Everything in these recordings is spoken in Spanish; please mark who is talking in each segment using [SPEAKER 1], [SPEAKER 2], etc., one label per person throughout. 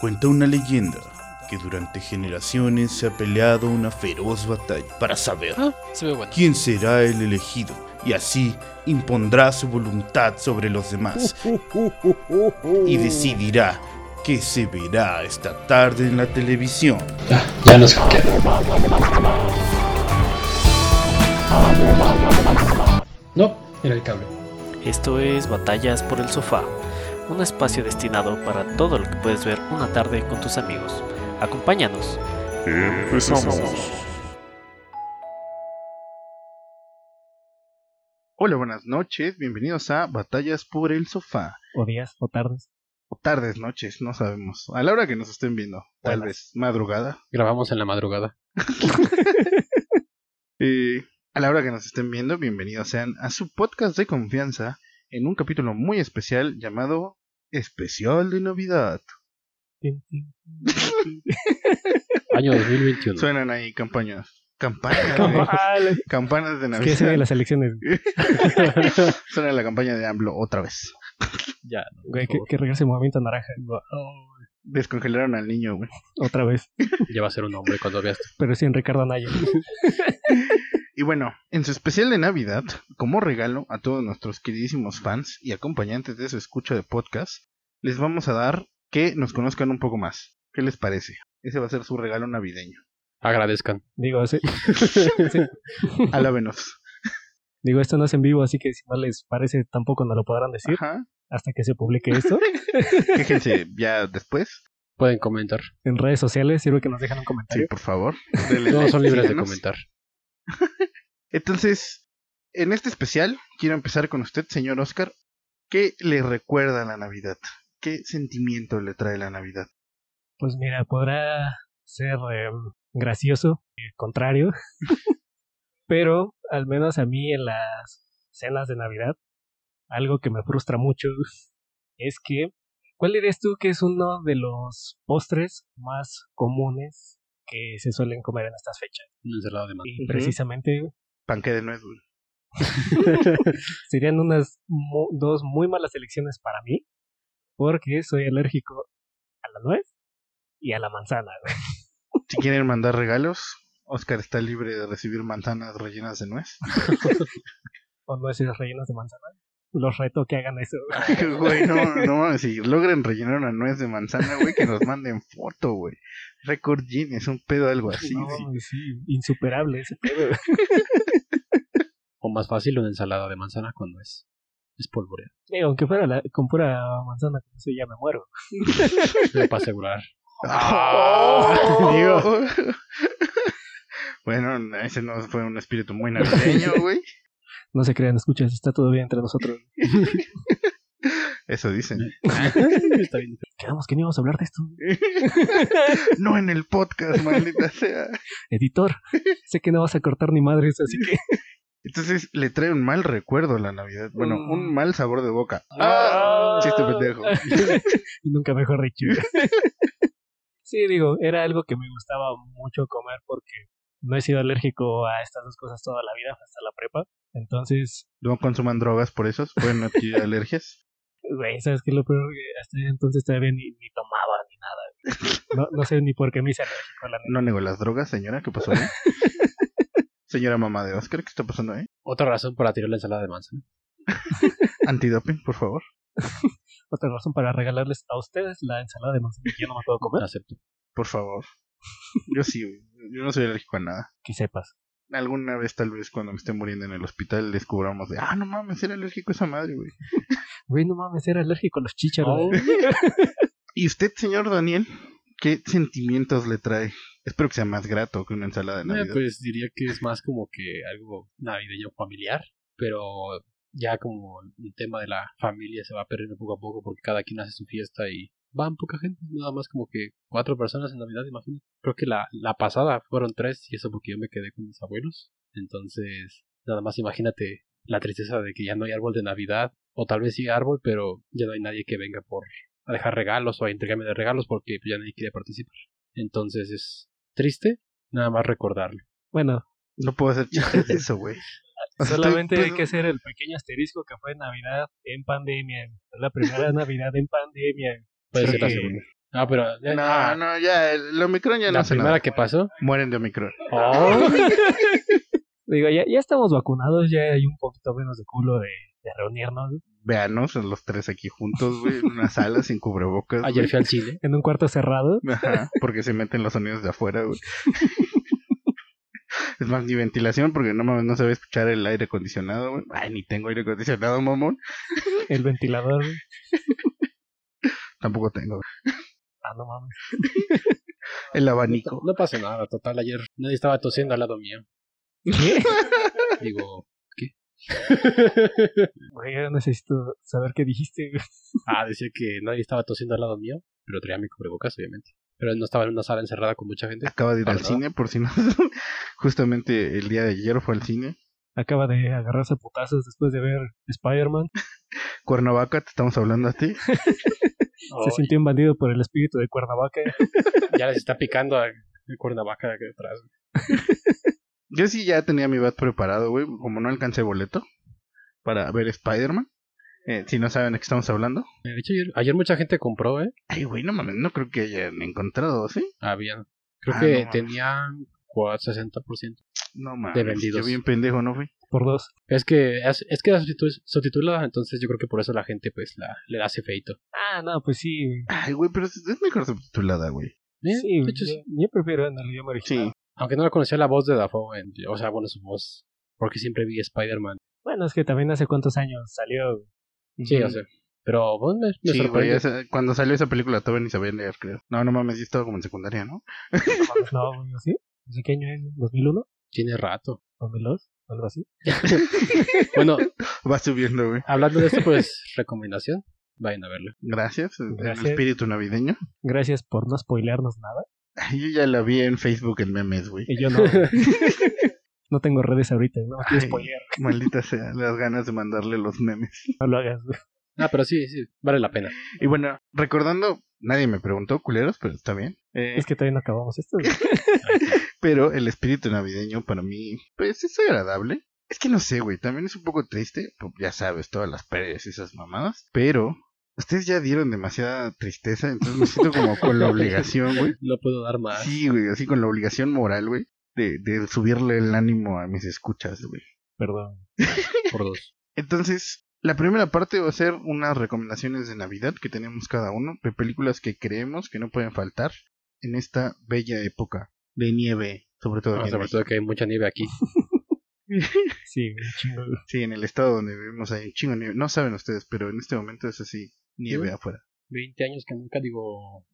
[SPEAKER 1] Cuenta una leyenda que durante generaciones se ha peleado una feroz batalla para saber
[SPEAKER 2] Ah, se ve bueno.
[SPEAKER 1] quién será el elegido y así impondrá su voluntad sobre los demás y decidirá qué se verá esta tarde en la televisión.
[SPEAKER 3] Ya, ya nos hackearon. No, era el cable.
[SPEAKER 4] Esto es Batallas por el Sofá, un espacio destinado para todo lo que puedes ver una tarde con tus amigos. Acompáñanos.
[SPEAKER 1] Hola, buenas noches, bienvenidos a Batallas por el Sofá.
[SPEAKER 5] o días o tardes.
[SPEAKER 1] O tardes, noches, no sabemos. A la hora que nos estén viendo, tal vez madrugada.
[SPEAKER 3] Grabamos en la madrugada.
[SPEAKER 1] Eh, a la hora que nos estén viendo, bienvenidos sean a su podcast de confianza en un capítulo muy especial llamado Especial de Navidad.
[SPEAKER 5] Tin, tin.
[SPEAKER 3] Año 2021.
[SPEAKER 1] Suenan ahí campañas. Campañas. güey.
[SPEAKER 5] Es
[SPEAKER 1] Campanas de
[SPEAKER 5] que se de
[SPEAKER 1] Navidad.
[SPEAKER 5] las elecciones.
[SPEAKER 1] Suena la campaña de AMLO otra vez.
[SPEAKER 5] Ya, güey, que, que regrese Movimiento Naranja.
[SPEAKER 1] Descongelaron al niño, güey.
[SPEAKER 5] Otra vez.
[SPEAKER 3] Ya va a ser un hombre cuando veas.
[SPEAKER 5] Pero sin Ricardo Anaya.
[SPEAKER 1] Y bueno, en su especial de Navidad, como regalo a todos nuestros queridísimos fans y acompañantes de su escucha de podcast, les vamos a dar que nos conozcan un poco más. ¿Qué les parece? Ese va a ser su regalo navideño.
[SPEAKER 3] Agradezcan.
[SPEAKER 5] Digo, sí.
[SPEAKER 1] Alábenos.
[SPEAKER 5] digo, esto no es en vivo, así que si no les parece, tampoco nos lo podrán decir
[SPEAKER 1] Ajá.
[SPEAKER 5] hasta que se publique esto.
[SPEAKER 1] Quéjense ya después.
[SPEAKER 3] Pueden comentar.
[SPEAKER 5] En redes sociales sirve que nos dejan un
[SPEAKER 1] Sí,
[SPEAKER 5] comentario.
[SPEAKER 1] por favor.
[SPEAKER 3] No son libres de
[SPEAKER 1] Síganos.
[SPEAKER 3] comentar.
[SPEAKER 1] Entonces, en este especial, quiero empezar con usted, señor Oscar. ¿Qué le recuerda la Navidad? ¿Qué sentimiento le trae la Navidad?
[SPEAKER 5] Pues mira, podrá ser eh, gracioso, eh, contrario. Pero al menos a mí en las cenas de Navidad, algo que me frustra mucho es que, ¿cuál dirías tú que es uno de los postres más comunes que se suelen comer en estas fechas?
[SPEAKER 3] Un ensalado de
[SPEAKER 5] Y
[SPEAKER 1] Ujú.
[SPEAKER 5] precisamente
[SPEAKER 1] Panque de nuez, güey.
[SPEAKER 5] serían unas mu- dos muy malas elecciones para mí, porque soy alérgico a la nuez y a la manzana. güey.
[SPEAKER 1] Si quieren mandar regalos, Oscar está libre de recibir manzanas rellenas de nuez.
[SPEAKER 5] o nueces rellenas de manzana. Los reto que hagan eso.
[SPEAKER 1] Ah,
[SPEAKER 5] güey.
[SPEAKER 1] güey, no, no, mames, si logran rellenar una nuez de manzana, güey, que nos manden foto, güey. Record Guinness, un pedo algo así.
[SPEAKER 5] No,
[SPEAKER 1] sí.
[SPEAKER 5] sí, insuperable ese pedo.
[SPEAKER 3] O más fácil, una ensalada de manzana con nuez. Es polvorea.
[SPEAKER 5] Eh, aunque fuera la- con pura manzana, con eso ya me muero.
[SPEAKER 3] Para asegurar.
[SPEAKER 1] Ah, digo. Bueno, ese no fue un espíritu muy navideño, güey.
[SPEAKER 5] No se crean, escuchas, está todo bien entre nosotros.
[SPEAKER 1] Eso dicen.
[SPEAKER 3] Está bien.
[SPEAKER 5] Quedamos que no íbamos a hablar de esto.
[SPEAKER 1] No en el podcast, maldita sea.
[SPEAKER 5] Editor, sé que no vas a cortar ni madres, así que
[SPEAKER 1] Entonces le trae un mal recuerdo a la Navidad. Bueno,
[SPEAKER 5] Mm.
[SPEAKER 1] un mal sabor de boca. ¡Ah! Chiste pendejo.
[SPEAKER 5] y nunca mejor dicho. sí, digo, era algo que me gustaba mucho comer porque no he sido alérgico a estas dos cosas toda la vida, hasta la prepa. Entonces,
[SPEAKER 1] No consuman drogas por eso. Pueden adquirir alergias.
[SPEAKER 5] Güey, ¿sabes qué? es Lo peor que hasta ese entonces todavía ni, ni tomaba ni nada. güey. No, no sé ni por qué me hice alérgico a la neta.
[SPEAKER 1] No nego las drogas, señora. ¿Qué pasó? ahí? Señora mamá de Oscar, ¿qué está pasando ahí?
[SPEAKER 3] Otra razón para tirar la ensalada de manzana.
[SPEAKER 1] Antidoping, por favor.
[SPEAKER 5] otra razón para regalarles a ustedes la ensalada de manzana que yo no me puedo comer.
[SPEAKER 3] Lo acepto.
[SPEAKER 1] Por favor. Yo sí, güey. yo no soy alérgico a nada.
[SPEAKER 5] Que sepas.
[SPEAKER 1] Alguna vez, tal vez, cuando me esté muriendo en el hospital, descubramos de, ah, no mames, era alérgico a esa madre, güey.
[SPEAKER 5] Güey, no mames, era alérgico a los chícharos.
[SPEAKER 3] Oh.
[SPEAKER 1] ¿Y usted, señor Daniel, qué sentimientos le trae? Espero que sea más grato que una ensalada de
[SPEAKER 3] Eh,
[SPEAKER 1] Navidad.
[SPEAKER 3] pues diría que es más como que algo navideño familiar, pero ya como el tema de la familia se va perdiendo poco a poco porque cada quien hace su fiesta y van poca gente, nada más como que cuatro personas en Navidad, imagino. Creo que la, la pasada fueron tres y eso porque yo me quedé con mis abuelos. Entonces, nada más imagínate la tristeza de que ya no hay árbol de Navidad o tal vez sí árbol, pero ya no hay nadie que venga por a dejar regalos o a intercambio de regalos porque ya nadie quiere participar. Entonces es triste nada más recordarlo.
[SPEAKER 5] Bueno,
[SPEAKER 1] No puedo hacer chistes de eso, güey. O sea, estoy-
[SPEAKER 5] solamente hay
[SPEAKER 1] pues,
[SPEAKER 5] que hacer el pequeño asterisco que fue Navidad en pandemia. La primera Navidad en pandemia.
[SPEAKER 3] Puede
[SPEAKER 1] Sí.
[SPEAKER 3] ser la segunda. Ah, pero eh,
[SPEAKER 1] No,
[SPEAKER 3] ah,
[SPEAKER 1] no, ya, el Omicron ya no
[SPEAKER 3] la
[SPEAKER 1] hace
[SPEAKER 3] primera
[SPEAKER 1] nada.
[SPEAKER 3] que pasó.
[SPEAKER 1] Mueren de Omicron.
[SPEAKER 5] Digo, ya, ya estamos vacunados, ya hay un poquito menos de culo de, de reunirnos
[SPEAKER 1] Veanos los tres aquí juntos, güey, en una sala sin cubrebocas.
[SPEAKER 3] Ayer
[SPEAKER 1] güey.
[SPEAKER 3] fui al cine.
[SPEAKER 5] en un cuarto cerrado.
[SPEAKER 1] Ajá, porque se meten los sonidos de afuera, güey. Es más, ni ventilación, porque no mames, no se va a escuchar el aire acondicionado, güey. Ay, ni tengo aire acondicionado, mamón.
[SPEAKER 5] El ventilador. güey.
[SPEAKER 1] Tampoco tengo.
[SPEAKER 5] Ah, no mames.
[SPEAKER 1] El
[SPEAKER 3] No,
[SPEAKER 1] abanico.
[SPEAKER 3] no pasó nada, total. Ayer nadie estaba tosiendo al lado mío.
[SPEAKER 5] ¿Qué?
[SPEAKER 3] Digo,
[SPEAKER 5] Güey, yo necesito saber qué dijiste. güey.
[SPEAKER 3] ah, decía que nadie estaba tosiendo al lado mío, pero traía mi cubrebocas, obviamente. Pero no estaba en una sala encerrada con mucha gente.
[SPEAKER 1] Acaba de ir al
[SPEAKER 3] Ajá.
[SPEAKER 1] cine, por si no. Justamente el día de ayer fue al cine.
[SPEAKER 5] Acaba de agarrarse a putazos después de ver Spider-Man.
[SPEAKER 1] Cuernavaca, te estamos hablando a ti.
[SPEAKER 5] Se
[SPEAKER 3] Ay,
[SPEAKER 5] sintió invadido por el espíritu de Cuernavaca.
[SPEAKER 3] Ya les está picando a a Cuernavaca de aquí atrás.
[SPEAKER 1] Yo sí ya tenía mi bat preparado, güey. Como no alcancé boleto para ver Spider-Man. Eh, si no saben de qué estamos hablando.
[SPEAKER 3] De hecho, ayer, ayer mucha gente compró, ¿eh?
[SPEAKER 1] Ay, güey, no mames, no creo que hayan encontrado, ¿sí?
[SPEAKER 3] Habían. Creo
[SPEAKER 1] Ah, no
[SPEAKER 3] que
[SPEAKER 1] mames.
[SPEAKER 3] tenían cua- 60%.
[SPEAKER 1] No mames.
[SPEAKER 3] De vendidos.
[SPEAKER 1] Yo bien pendejo, ¿no, güey?
[SPEAKER 5] Por dos.
[SPEAKER 3] Es que es, es que subtitu- subtitulada, entonces yo creo que por eso la gente pues la, le hace feito.
[SPEAKER 5] Ah, no, pues sí. güey.
[SPEAKER 1] Ay, güey, pero es es mejor subtitulada, güey. Ah,
[SPEAKER 5] Sí,
[SPEAKER 3] de
[SPEAKER 5] güey,
[SPEAKER 3] hecho,
[SPEAKER 5] yo,
[SPEAKER 3] ¿Eh? sí.
[SPEAKER 5] yo prefiero en el idioma original.
[SPEAKER 1] Sí.
[SPEAKER 3] Aunque no la conocía la voz de Dafoe, en- o sea, bueno, su voz, porque siempre vi Spider-Man.
[SPEAKER 5] Bueno, es que también hace cuántos años salió. güey.
[SPEAKER 3] Sí, o sea, pero bueno, me, me
[SPEAKER 1] Sí, güey,
[SPEAKER 3] sorprende.
[SPEAKER 1] esa- cuando salió esa película todavía ni sabía leer, creo. No, no mames, yo estaba como en secundaria, ¿no?
[SPEAKER 5] No mames, No, güey, ¿sí? ¿Desde qué año es? ¿2001?
[SPEAKER 3] Tiene rato.
[SPEAKER 5] ¿2002? Algo así.
[SPEAKER 3] Bueno,
[SPEAKER 1] Va subiendo, güey.
[SPEAKER 3] hablando de esto, pues recomendación, vayan a verlo.
[SPEAKER 1] Gracias, en
[SPEAKER 5] Gracias.
[SPEAKER 1] el espíritu navideño.
[SPEAKER 5] Gracias por no spoilearnos nada.
[SPEAKER 1] Ay, Yo ya la vi en Facebook en memes, güey.
[SPEAKER 5] Y yo no. güey. no tengo redes ahorita, no me quiero
[SPEAKER 1] Ay.
[SPEAKER 5] spoilear.
[SPEAKER 1] Maldita sea, las ganas de mandarle los memes.
[SPEAKER 5] No lo hagas, güey.
[SPEAKER 3] Ah, pero sí, sí, vale la pena.
[SPEAKER 1] Y bueno, recordando, nadie me preguntó, culeros, pero está bien. Eh,
[SPEAKER 5] Es que todavía no acabamos esto. güey.
[SPEAKER 1] Pero el espíritu navideño para mí, pues es agradable. Es que no sé, güey, también es un poco triste, pues, ya sabes, todas las pérdidas y esas mamadas. Pero ustedes ya dieron demasiada tristeza, entonces me siento como con la obligación, güey.
[SPEAKER 3] No puedo dar más.
[SPEAKER 1] Sí, güey, así con la obligación moral, güey, de, de subirle el ánimo a mis escuchas, güey.
[SPEAKER 5] Perdón.
[SPEAKER 3] Por dos.
[SPEAKER 1] Entonces, la primera parte va a ser unas recomendaciones de Navidad que tenemos cada uno, de películas que creemos que no pueden faltar en esta bella época de nieve, sobre todo.
[SPEAKER 3] Ah,
[SPEAKER 1] aquí en
[SPEAKER 3] sobre todo que hay mucha nieve aquí.
[SPEAKER 5] Sí, güey, chingo. güey.
[SPEAKER 1] Sí, en el estado donde vivimos hay un chingo de nieve. No saben ustedes, pero en este momento es así, nieve
[SPEAKER 3] Sí.
[SPEAKER 1] afuera.
[SPEAKER 3] 20 años que nunca digo...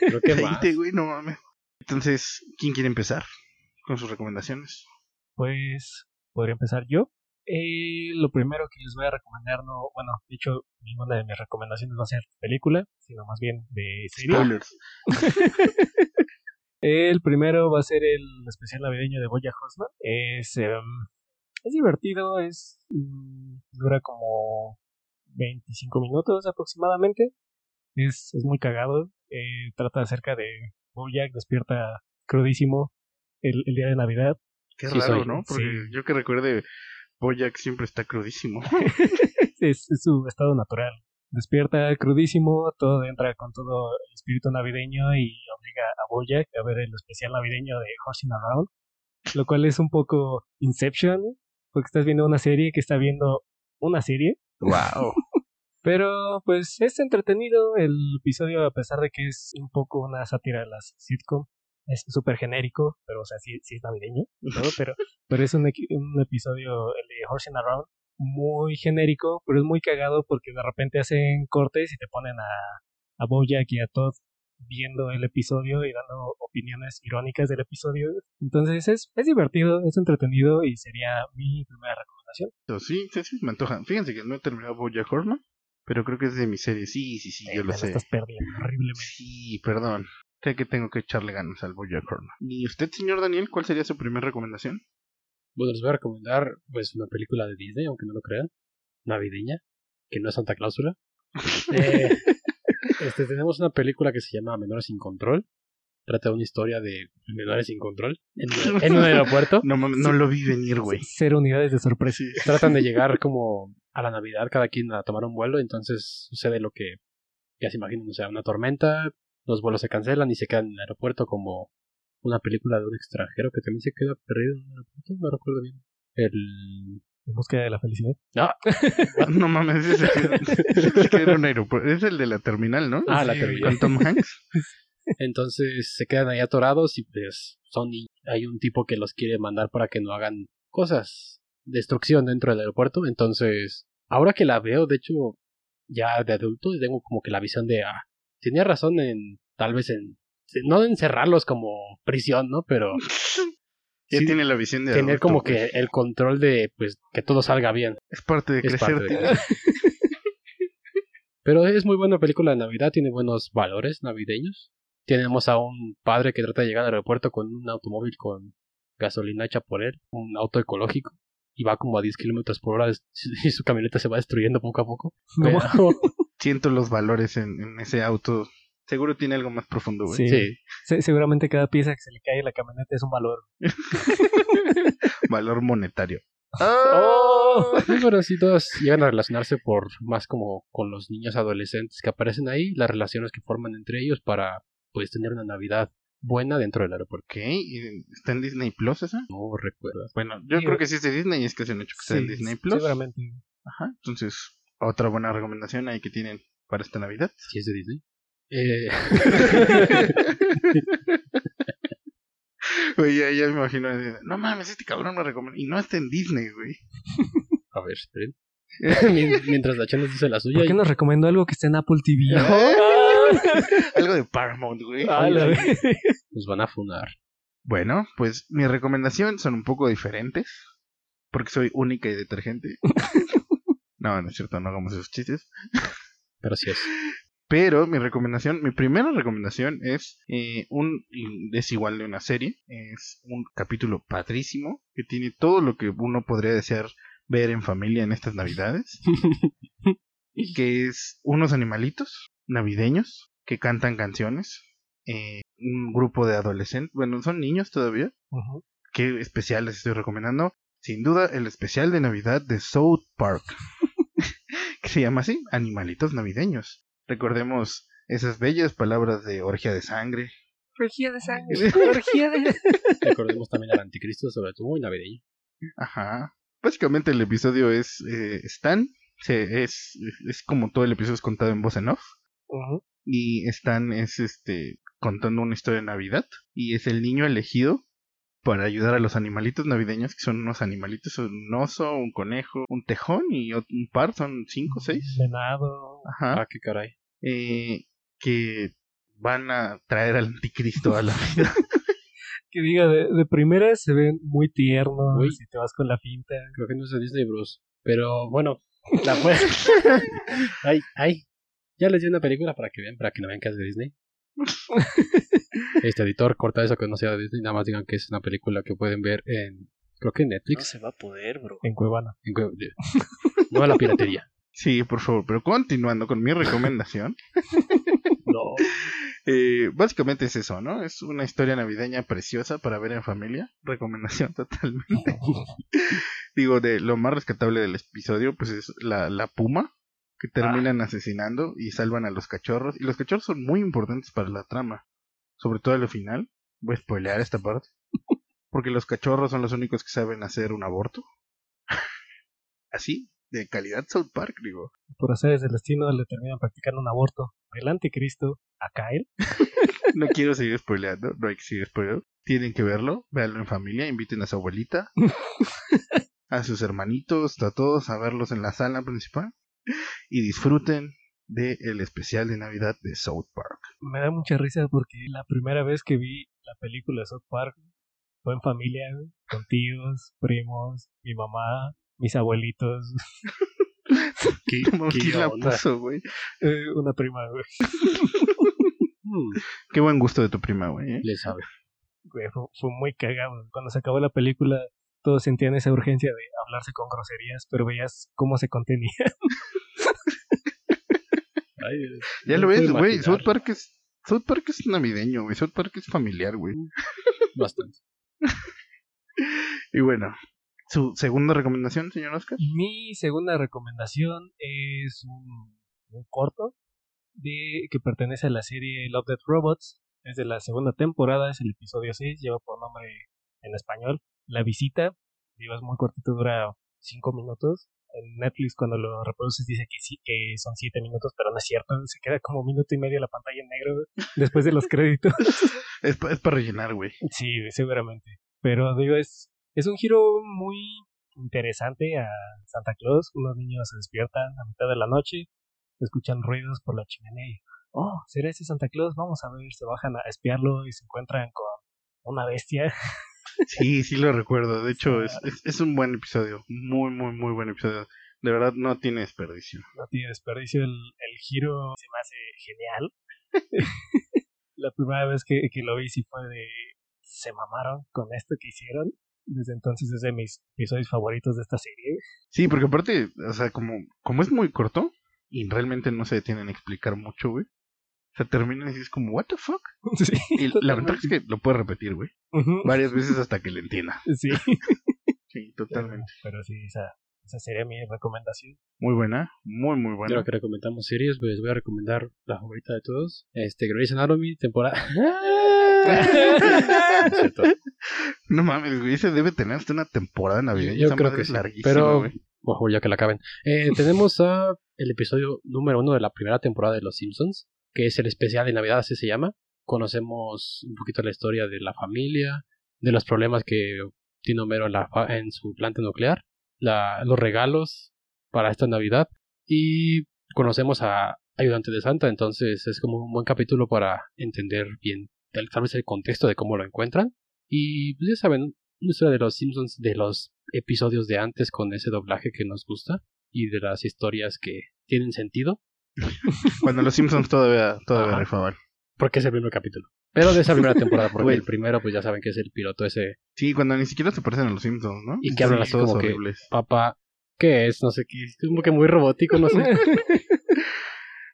[SPEAKER 3] Creo que más.
[SPEAKER 1] 20, güey, no mames. Entonces, ¿quién quiere empezar con sus recomendaciones?
[SPEAKER 5] Pues podría empezar yo. Eh, lo primero que les voy a recomendar, no, bueno, de hecho, ninguna de mis recomendaciones va a ser película, sino más bien de serie.
[SPEAKER 1] Spoilers.
[SPEAKER 5] El primero va a ser el especial navideño de Boya Horseman. Es, em, es divertido, es mm, dura como 25 minutos aproximadamente. Es, es muy cagado. eh, trata acerca de Bojack, despierta crudísimo el, el día de Navidad.
[SPEAKER 1] Qué
[SPEAKER 3] Sí,
[SPEAKER 1] raro,
[SPEAKER 3] soy-
[SPEAKER 1] ¿no? Porque
[SPEAKER 5] sí.
[SPEAKER 1] yo que recuerde, Boyack siempre está crudísimo.
[SPEAKER 5] es, es su estado natural. Despierta crudísimo, todo entra con todo el espíritu navideño y obliga a Boyack a ver el especial navideño de Horsing Around, lo cual es un poco Inception, porque estás viendo una serie que está viendo una serie
[SPEAKER 1] wow.
[SPEAKER 5] Pero pues es entretenido el episodio a pesar de que es un poco una sátira de las sitcom. Es súper genérico, pero o sea, sí, sí es navideño, y todo, pero, pero es un, equi- un episodio, el de Horsing Around, muy genérico, pero es muy cagado porque de repente hacen cortes y te ponen a, a Bojack y a Todd viendo el episodio y dando opiniones irónicas del episodio. Entonces es, es divertido, es entretenido y sería mi primera recomendación.
[SPEAKER 1] Entonces, sí, sí, sí, me antoja. Fíjense que no he terminado Bojack Horseman, pero creo que es de mi serie. Sí, sí, sí, yo
[SPEAKER 5] Eh,
[SPEAKER 1] lo
[SPEAKER 5] te
[SPEAKER 1] sé.
[SPEAKER 5] estás perdiendo horriblemente.
[SPEAKER 1] Sí, perdón. Sé que tengo que echarle ganas al Bojack Horseman. ¿Y usted, señor Daniel, cuál sería su primera recomendación?
[SPEAKER 3] Bueno, les voy a recomendar pues una película de Disney, aunque no lo crean, navideña, que no es Santa Cláusula. Eh, este, tenemos una película que se llama Menores sin Control. Trata de una historia de menores sin control en, en un aeropuerto.
[SPEAKER 1] No, mames, no lo vi venir, güey.
[SPEAKER 5] Cero unidades de sorpresa.
[SPEAKER 1] Sí.
[SPEAKER 3] Tratan de llegar como a la Navidad, cada quien a tomar un vuelo, entonces sucede lo que ya se imaginan, o sea, una tormenta, los vuelos se cancelan y se quedan en el aeropuerto como una película de un extranjero que también se queda perdido en un aeropuerto, no recuerdo bien. El
[SPEAKER 5] En búsqueda de la felicidad.
[SPEAKER 1] No mames, ese es que era un aeropuerto. Es el de la terminal, ¿no?
[SPEAKER 3] Ah, la
[SPEAKER 1] Sí,
[SPEAKER 3] terminal.
[SPEAKER 1] Con Tom Hanks.
[SPEAKER 3] Entonces se quedan ahí atorados y pues son ni- hay un tipo que los quiere mandar para que no hagan cosas, destrucción dentro del aeropuerto. Entonces, ahora que la veo, de hecho, ya de adulto, tengo como que la visión de, ah, tenía razón en, tal vez en, no encerrarlos como prisión, ¿no? Pero
[SPEAKER 1] Ya
[SPEAKER 3] Sí,
[SPEAKER 1] tiene la visión de
[SPEAKER 3] tener
[SPEAKER 1] adulto, pues.
[SPEAKER 3] como
[SPEAKER 1] güey.
[SPEAKER 3] que el control de, pues, que todo salga bien.
[SPEAKER 1] Es parte de
[SPEAKER 3] Es
[SPEAKER 1] crecer.
[SPEAKER 3] parte de
[SPEAKER 1] tío.
[SPEAKER 3] Pero es muy buena película de Navidad, tiene buenos valores navideños. Tenemos a un padre que trata de llegar al aeropuerto con un automóvil con gasolina hecha por él, un auto ecológico, y va como a 10 kilómetros por hora des- y su camioneta se va destruyendo poco a poco.
[SPEAKER 5] No.
[SPEAKER 3] Pero-
[SPEAKER 1] Siento los valores en, en ese auto. Seguro tiene algo más profundo, güey.
[SPEAKER 5] Sí.
[SPEAKER 3] sí,
[SPEAKER 5] Se- seguramente cada pieza que se le cae a la camioneta es un valor.
[SPEAKER 1] Valor monetario.
[SPEAKER 3] Oh, Sí, pero sí, todas llegan a relacionarse por más como con los niños adolescentes que aparecen ahí, las relaciones que forman entre ellos para pues tener una Navidad buena dentro del aeropuerto.
[SPEAKER 1] Ok, ¿y ¿está en Disney Plus esa?
[SPEAKER 3] No recuerdo.
[SPEAKER 1] Bueno, yo
[SPEAKER 5] Sí,
[SPEAKER 1] creo
[SPEAKER 5] güey.
[SPEAKER 1] que sí es de Disney y es que es un hecho que está en Disney Plus.
[SPEAKER 5] Seguramente.
[SPEAKER 1] Ajá, entonces, otra buena recomendación ahí que tienen para esta Navidad.
[SPEAKER 3] Si es de Disney. Eh,
[SPEAKER 1] Güey, ya, ya me imagino. eh, No mames, este cabrón me recomienda. Y no está en Disney, güey.
[SPEAKER 3] a ver, esperen. Mien- Mientras la nos dice la suya.
[SPEAKER 5] ¿Por qué nos recomendó algo que está en Apple TV?
[SPEAKER 1] Algo de Paramount, güey.
[SPEAKER 5] Ah, la vez.
[SPEAKER 3] Nos van a funar.
[SPEAKER 1] Bueno, pues mis recomendaciones son un poco diferentes. Porque soy única y detergente. no, no es cierto, no hagamos esos chistes.
[SPEAKER 3] Pero sí es.
[SPEAKER 1] Pero mi recomendación, mi primera recomendación es eh, un es igual de una serie, es un capítulo padrísimo que tiene todo lo que uno podría desear ver en familia en estas navidades, que es unos animalitos navideños que cantan canciones, eh, un grupo de adolescentes, bueno, son niños todavía,
[SPEAKER 5] Ujú.
[SPEAKER 1] ¿Qué especial les estoy recomendando? Sin duda, el especial de Navidad de South Park. que se llama así, Animalitos Navideños. Recordemos esas bellas palabras de orgia de sangre.
[SPEAKER 6] Orgía de sangre.
[SPEAKER 3] Recordemos también al anticristo, sobre todo muy navideño.
[SPEAKER 1] Ajá. Básicamente el episodio es eh, Stan. Se, es, es como todo el episodio es contado en voz en off.
[SPEAKER 5] Ujú.
[SPEAKER 1] y están es este contando una historia de Navidad y es el niño elegido para ayudar a los animalitos navideños que son unos animalitos son un oso un conejo un tejón y ot- un par son cinco seis
[SPEAKER 5] Venado.
[SPEAKER 1] ajá
[SPEAKER 3] Ah, qué caray.
[SPEAKER 1] eh, que van a traer al anticristo a la vida
[SPEAKER 5] Que diga, de, de primera se ven muy tiernos
[SPEAKER 3] Uy.
[SPEAKER 5] y te vas con la pinta.
[SPEAKER 3] Creo que no es de Disney Bros. Pero bueno, la fue. ay, ay. Ya les di una película para que vean, para que no vean que es de Disney. Este editor corta eso que no sea de Disney, nada más digan que es una película que pueden ver en, creo que en
[SPEAKER 4] No
[SPEAKER 3] Netflix,
[SPEAKER 4] se va a poder, bro.
[SPEAKER 5] En Cuevana.
[SPEAKER 3] en Cue- de- no a la piratería.
[SPEAKER 1] sí por favor pero continuando con mi recomendación
[SPEAKER 3] No.
[SPEAKER 1] eh, básicamente es eso no es una historia navideña preciosa para ver en familia recomendación totalmente digo, de lo más rescatable del episodio, pues es la, la puma, que terminan asesinando y salvan a los cachorros. Y los cachorros son muy importantes para la trama, sobre todo al final. Voy a spoilear esta parte. Porque los cachorros son los únicos que saben hacer un aborto. Así, de calidad South Park, digo.
[SPEAKER 5] Por hacer del destino le terminan practicando un aborto. El anticristo a Kyle.
[SPEAKER 1] No quiero seguir spoileando, no hay que seguir spoileando. Tienen que verlo, véanlo en familia, inviten a su abuelita, a sus hermanitos, a todos, a verlos en la sala principal y disfruten del el especial de Navidad de South Park.
[SPEAKER 5] Me da mucha risa porque la primera vez que vi la película de South Park fue en familia, güey, con tíos, primos, mi mamá, mis abuelitos,
[SPEAKER 3] ¿Qué,
[SPEAKER 1] ¿Cómo
[SPEAKER 3] qué
[SPEAKER 1] que la
[SPEAKER 3] onda?
[SPEAKER 1] puso, güey?
[SPEAKER 5] eh, una prima, güey.
[SPEAKER 3] Mm,
[SPEAKER 1] Qué buen gusto de tu prima, güey. ¿eh?
[SPEAKER 3] le sabe.
[SPEAKER 5] Güey, Fue, fue muy cagado. Cuando se acabó la película, todos sentían esa urgencia de hablarse con groserías, pero veías cómo se contenía.
[SPEAKER 3] Ay,
[SPEAKER 1] Ya
[SPEAKER 3] no
[SPEAKER 1] lo ves,
[SPEAKER 3] puedo
[SPEAKER 1] güey.
[SPEAKER 3] imaginar.
[SPEAKER 1] South Park es. South Park es navideño, güey. South Park es familiar, güey.
[SPEAKER 3] Bastante.
[SPEAKER 1] Y bueno, su segunda recomendación, señor Oscar.
[SPEAKER 5] Mi segunda recomendación es un, un corto de, que pertenece a la serie Love Death Robots. Es de la segunda temporada, es el episodio 6, lleva por nombre en español La Visita. Digo, es muy cortito, dura 5 minutos. En Netflix cuando lo reproduces dice que sí, que son 7 minutos, pero no es cierto. Se queda como minuto y medio la pantalla en negro güey, después de los créditos.
[SPEAKER 1] Es, pa- es para rellenar, güey.
[SPEAKER 5] Sí, seguramente. Pero digo, es, es un giro muy interesante a Santa Claus. Unos niños se despiertan a mitad de la noche, escuchan ruidos por la chimenea. y, Oh, ¿será ese Santa Claus? Vamos a ver. Se bajan a espiarlo y se encuentran con una bestia.
[SPEAKER 1] Sí, sí lo recuerdo. De hecho, es, es, es un buen episodio. Muy, muy, muy buen episodio. De verdad, no tiene desperdicio.
[SPEAKER 5] No tiene desperdicio. El, el giro se me hace genial. la primera vez que, que lo vi sí fue de... Se mamaron con esto que hicieron. Desde entonces es de mis episodios favoritos de esta serie.
[SPEAKER 1] Sí, porque aparte, o sea, como, como es muy corto y realmente no se detienen a explicar mucho, güey. O sea, terminan y es como, ¿What the fuck?
[SPEAKER 5] Sí,
[SPEAKER 1] Y la ventaja es que lo puedes repetir, güey.
[SPEAKER 5] Ujú.
[SPEAKER 1] Varias veces hasta que le entienda.
[SPEAKER 5] Sí.
[SPEAKER 1] Sí,
[SPEAKER 5] Pero,
[SPEAKER 1] totalmente.
[SPEAKER 5] pero sí, esa, esa sería mi recomendación.
[SPEAKER 1] Muy buena, muy, muy buena.
[SPEAKER 3] De lo que recomendamos series, pues les voy a recomendar la favorita de todos. Este, Grey's Anatomy, temporada. Es cierto.
[SPEAKER 1] No mames, güey, se debe tener hasta una temporada navideña.
[SPEAKER 3] Yo
[SPEAKER 1] Esa
[SPEAKER 3] creo
[SPEAKER 1] madre
[SPEAKER 3] que
[SPEAKER 1] es
[SPEAKER 3] sí,
[SPEAKER 1] larguísima,
[SPEAKER 3] pero-
[SPEAKER 1] güey.
[SPEAKER 3] Por favor, ya que la acaben. Eh, tenemos a el episodio número uno de la primera temporada de Los Simpsons, que es el especial de Navidad, así se llama. Conocemos un poquito la historia de la familia, de los problemas que tiene Homero en, la fa- en su planta nuclear, la- los regalos para esta Navidad y conocemos a Ayudante de Santa, entonces es como un buen capítulo para entender bien tal, tal vez el contexto de cómo lo encuentran. Y pues ya saben, una historia de los Simpsons, de los episodios de antes con ese doblaje que nos gusta y de las historias que tienen sentido,
[SPEAKER 1] Cuando los Simpsons todavía, todavía
[SPEAKER 3] Ajá.
[SPEAKER 1] rifaban.
[SPEAKER 3] porque es el primer capítulo. Pero de esa primera temporada, porque
[SPEAKER 1] Güey.
[SPEAKER 3] el primero, pues ya saben que es el piloto ese
[SPEAKER 1] Sí, cuando ni siquiera se parecen a los Simpsons, ¿no?
[SPEAKER 3] Y que hablan
[SPEAKER 1] Sí,
[SPEAKER 3] así
[SPEAKER 1] todos
[SPEAKER 3] como que-
[SPEAKER 1] horribles.
[SPEAKER 3] papá, que es, no sé qué, es como que muy robótico, no sé.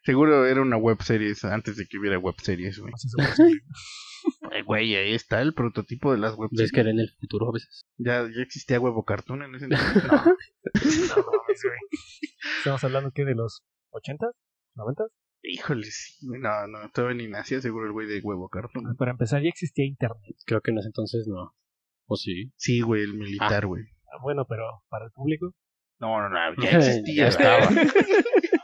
[SPEAKER 1] Seguro era una web series antes de que hubiera web series, güey.
[SPEAKER 5] Así somos.
[SPEAKER 1] Ay, Güey, ahí está el prototipo de las web
[SPEAKER 3] Es que en el futuro a veces.
[SPEAKER 1] Ya, ya existía huevo cartoon en ese entonces.
[SPEAKER 5] No mames, güey. Estamos hablando que de los 80, 90.
[SPEAKER 1] Híjole, sí, güey, No, no, todavía ni nacía seguro el güey de huevo cartoon.
[SPEAKER 5] Ah, Para empezar, ya existía internet.
[SPEAKER 3] Creo que en ese entonces no. O sí.
[SPEAKER 1] Sí, güey, el militar, güey.
[SPEAKER 5] Ah, Bueno, pero para el público.
[SPEAKER 1] No, no, no, ya
[SPEAKER 3] Ya
[SPEAKER 1] existía. güey.
[SPEAKER 3] estaba.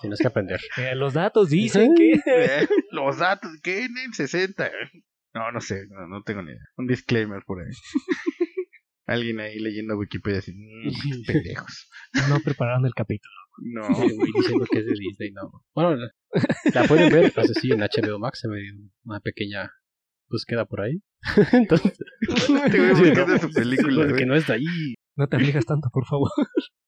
[SPEAKER 3] Tienes que aprender.
[SPEAKER 5] eh, los datos dicen que.
[SPEAKER 1] Eh, Los datos, ¿qué? En el 60. eh. No, no sé, no, no tengo ni idea. Un disclaimer por ahí. Alguien ahí leyendo Wikipedia así, "Mm, pendejos.
[SPEAKER 5] No prepararon el capítulo.
[SPEAKER 1] No,
[SPEAKER 3] Este güey diciendo que es de Disney, no. Bueno, la, la pueden ver, no sé si en HBO Max se me dio una pequeña búsqueda por ahí. Entonces,
[SPEAKER 1] te voy
[SPEAKER 3] sí,
[SPEAKER 1] buscando
[SPEAKER 3] no,
[SPEAKER 1] su película.
[SPEAKER 3] porque
[SPEAKER 1] güey.
[SPEAKER 3] no está ahí.
[SPEAKER 5] No te aflijas tanto, por favor.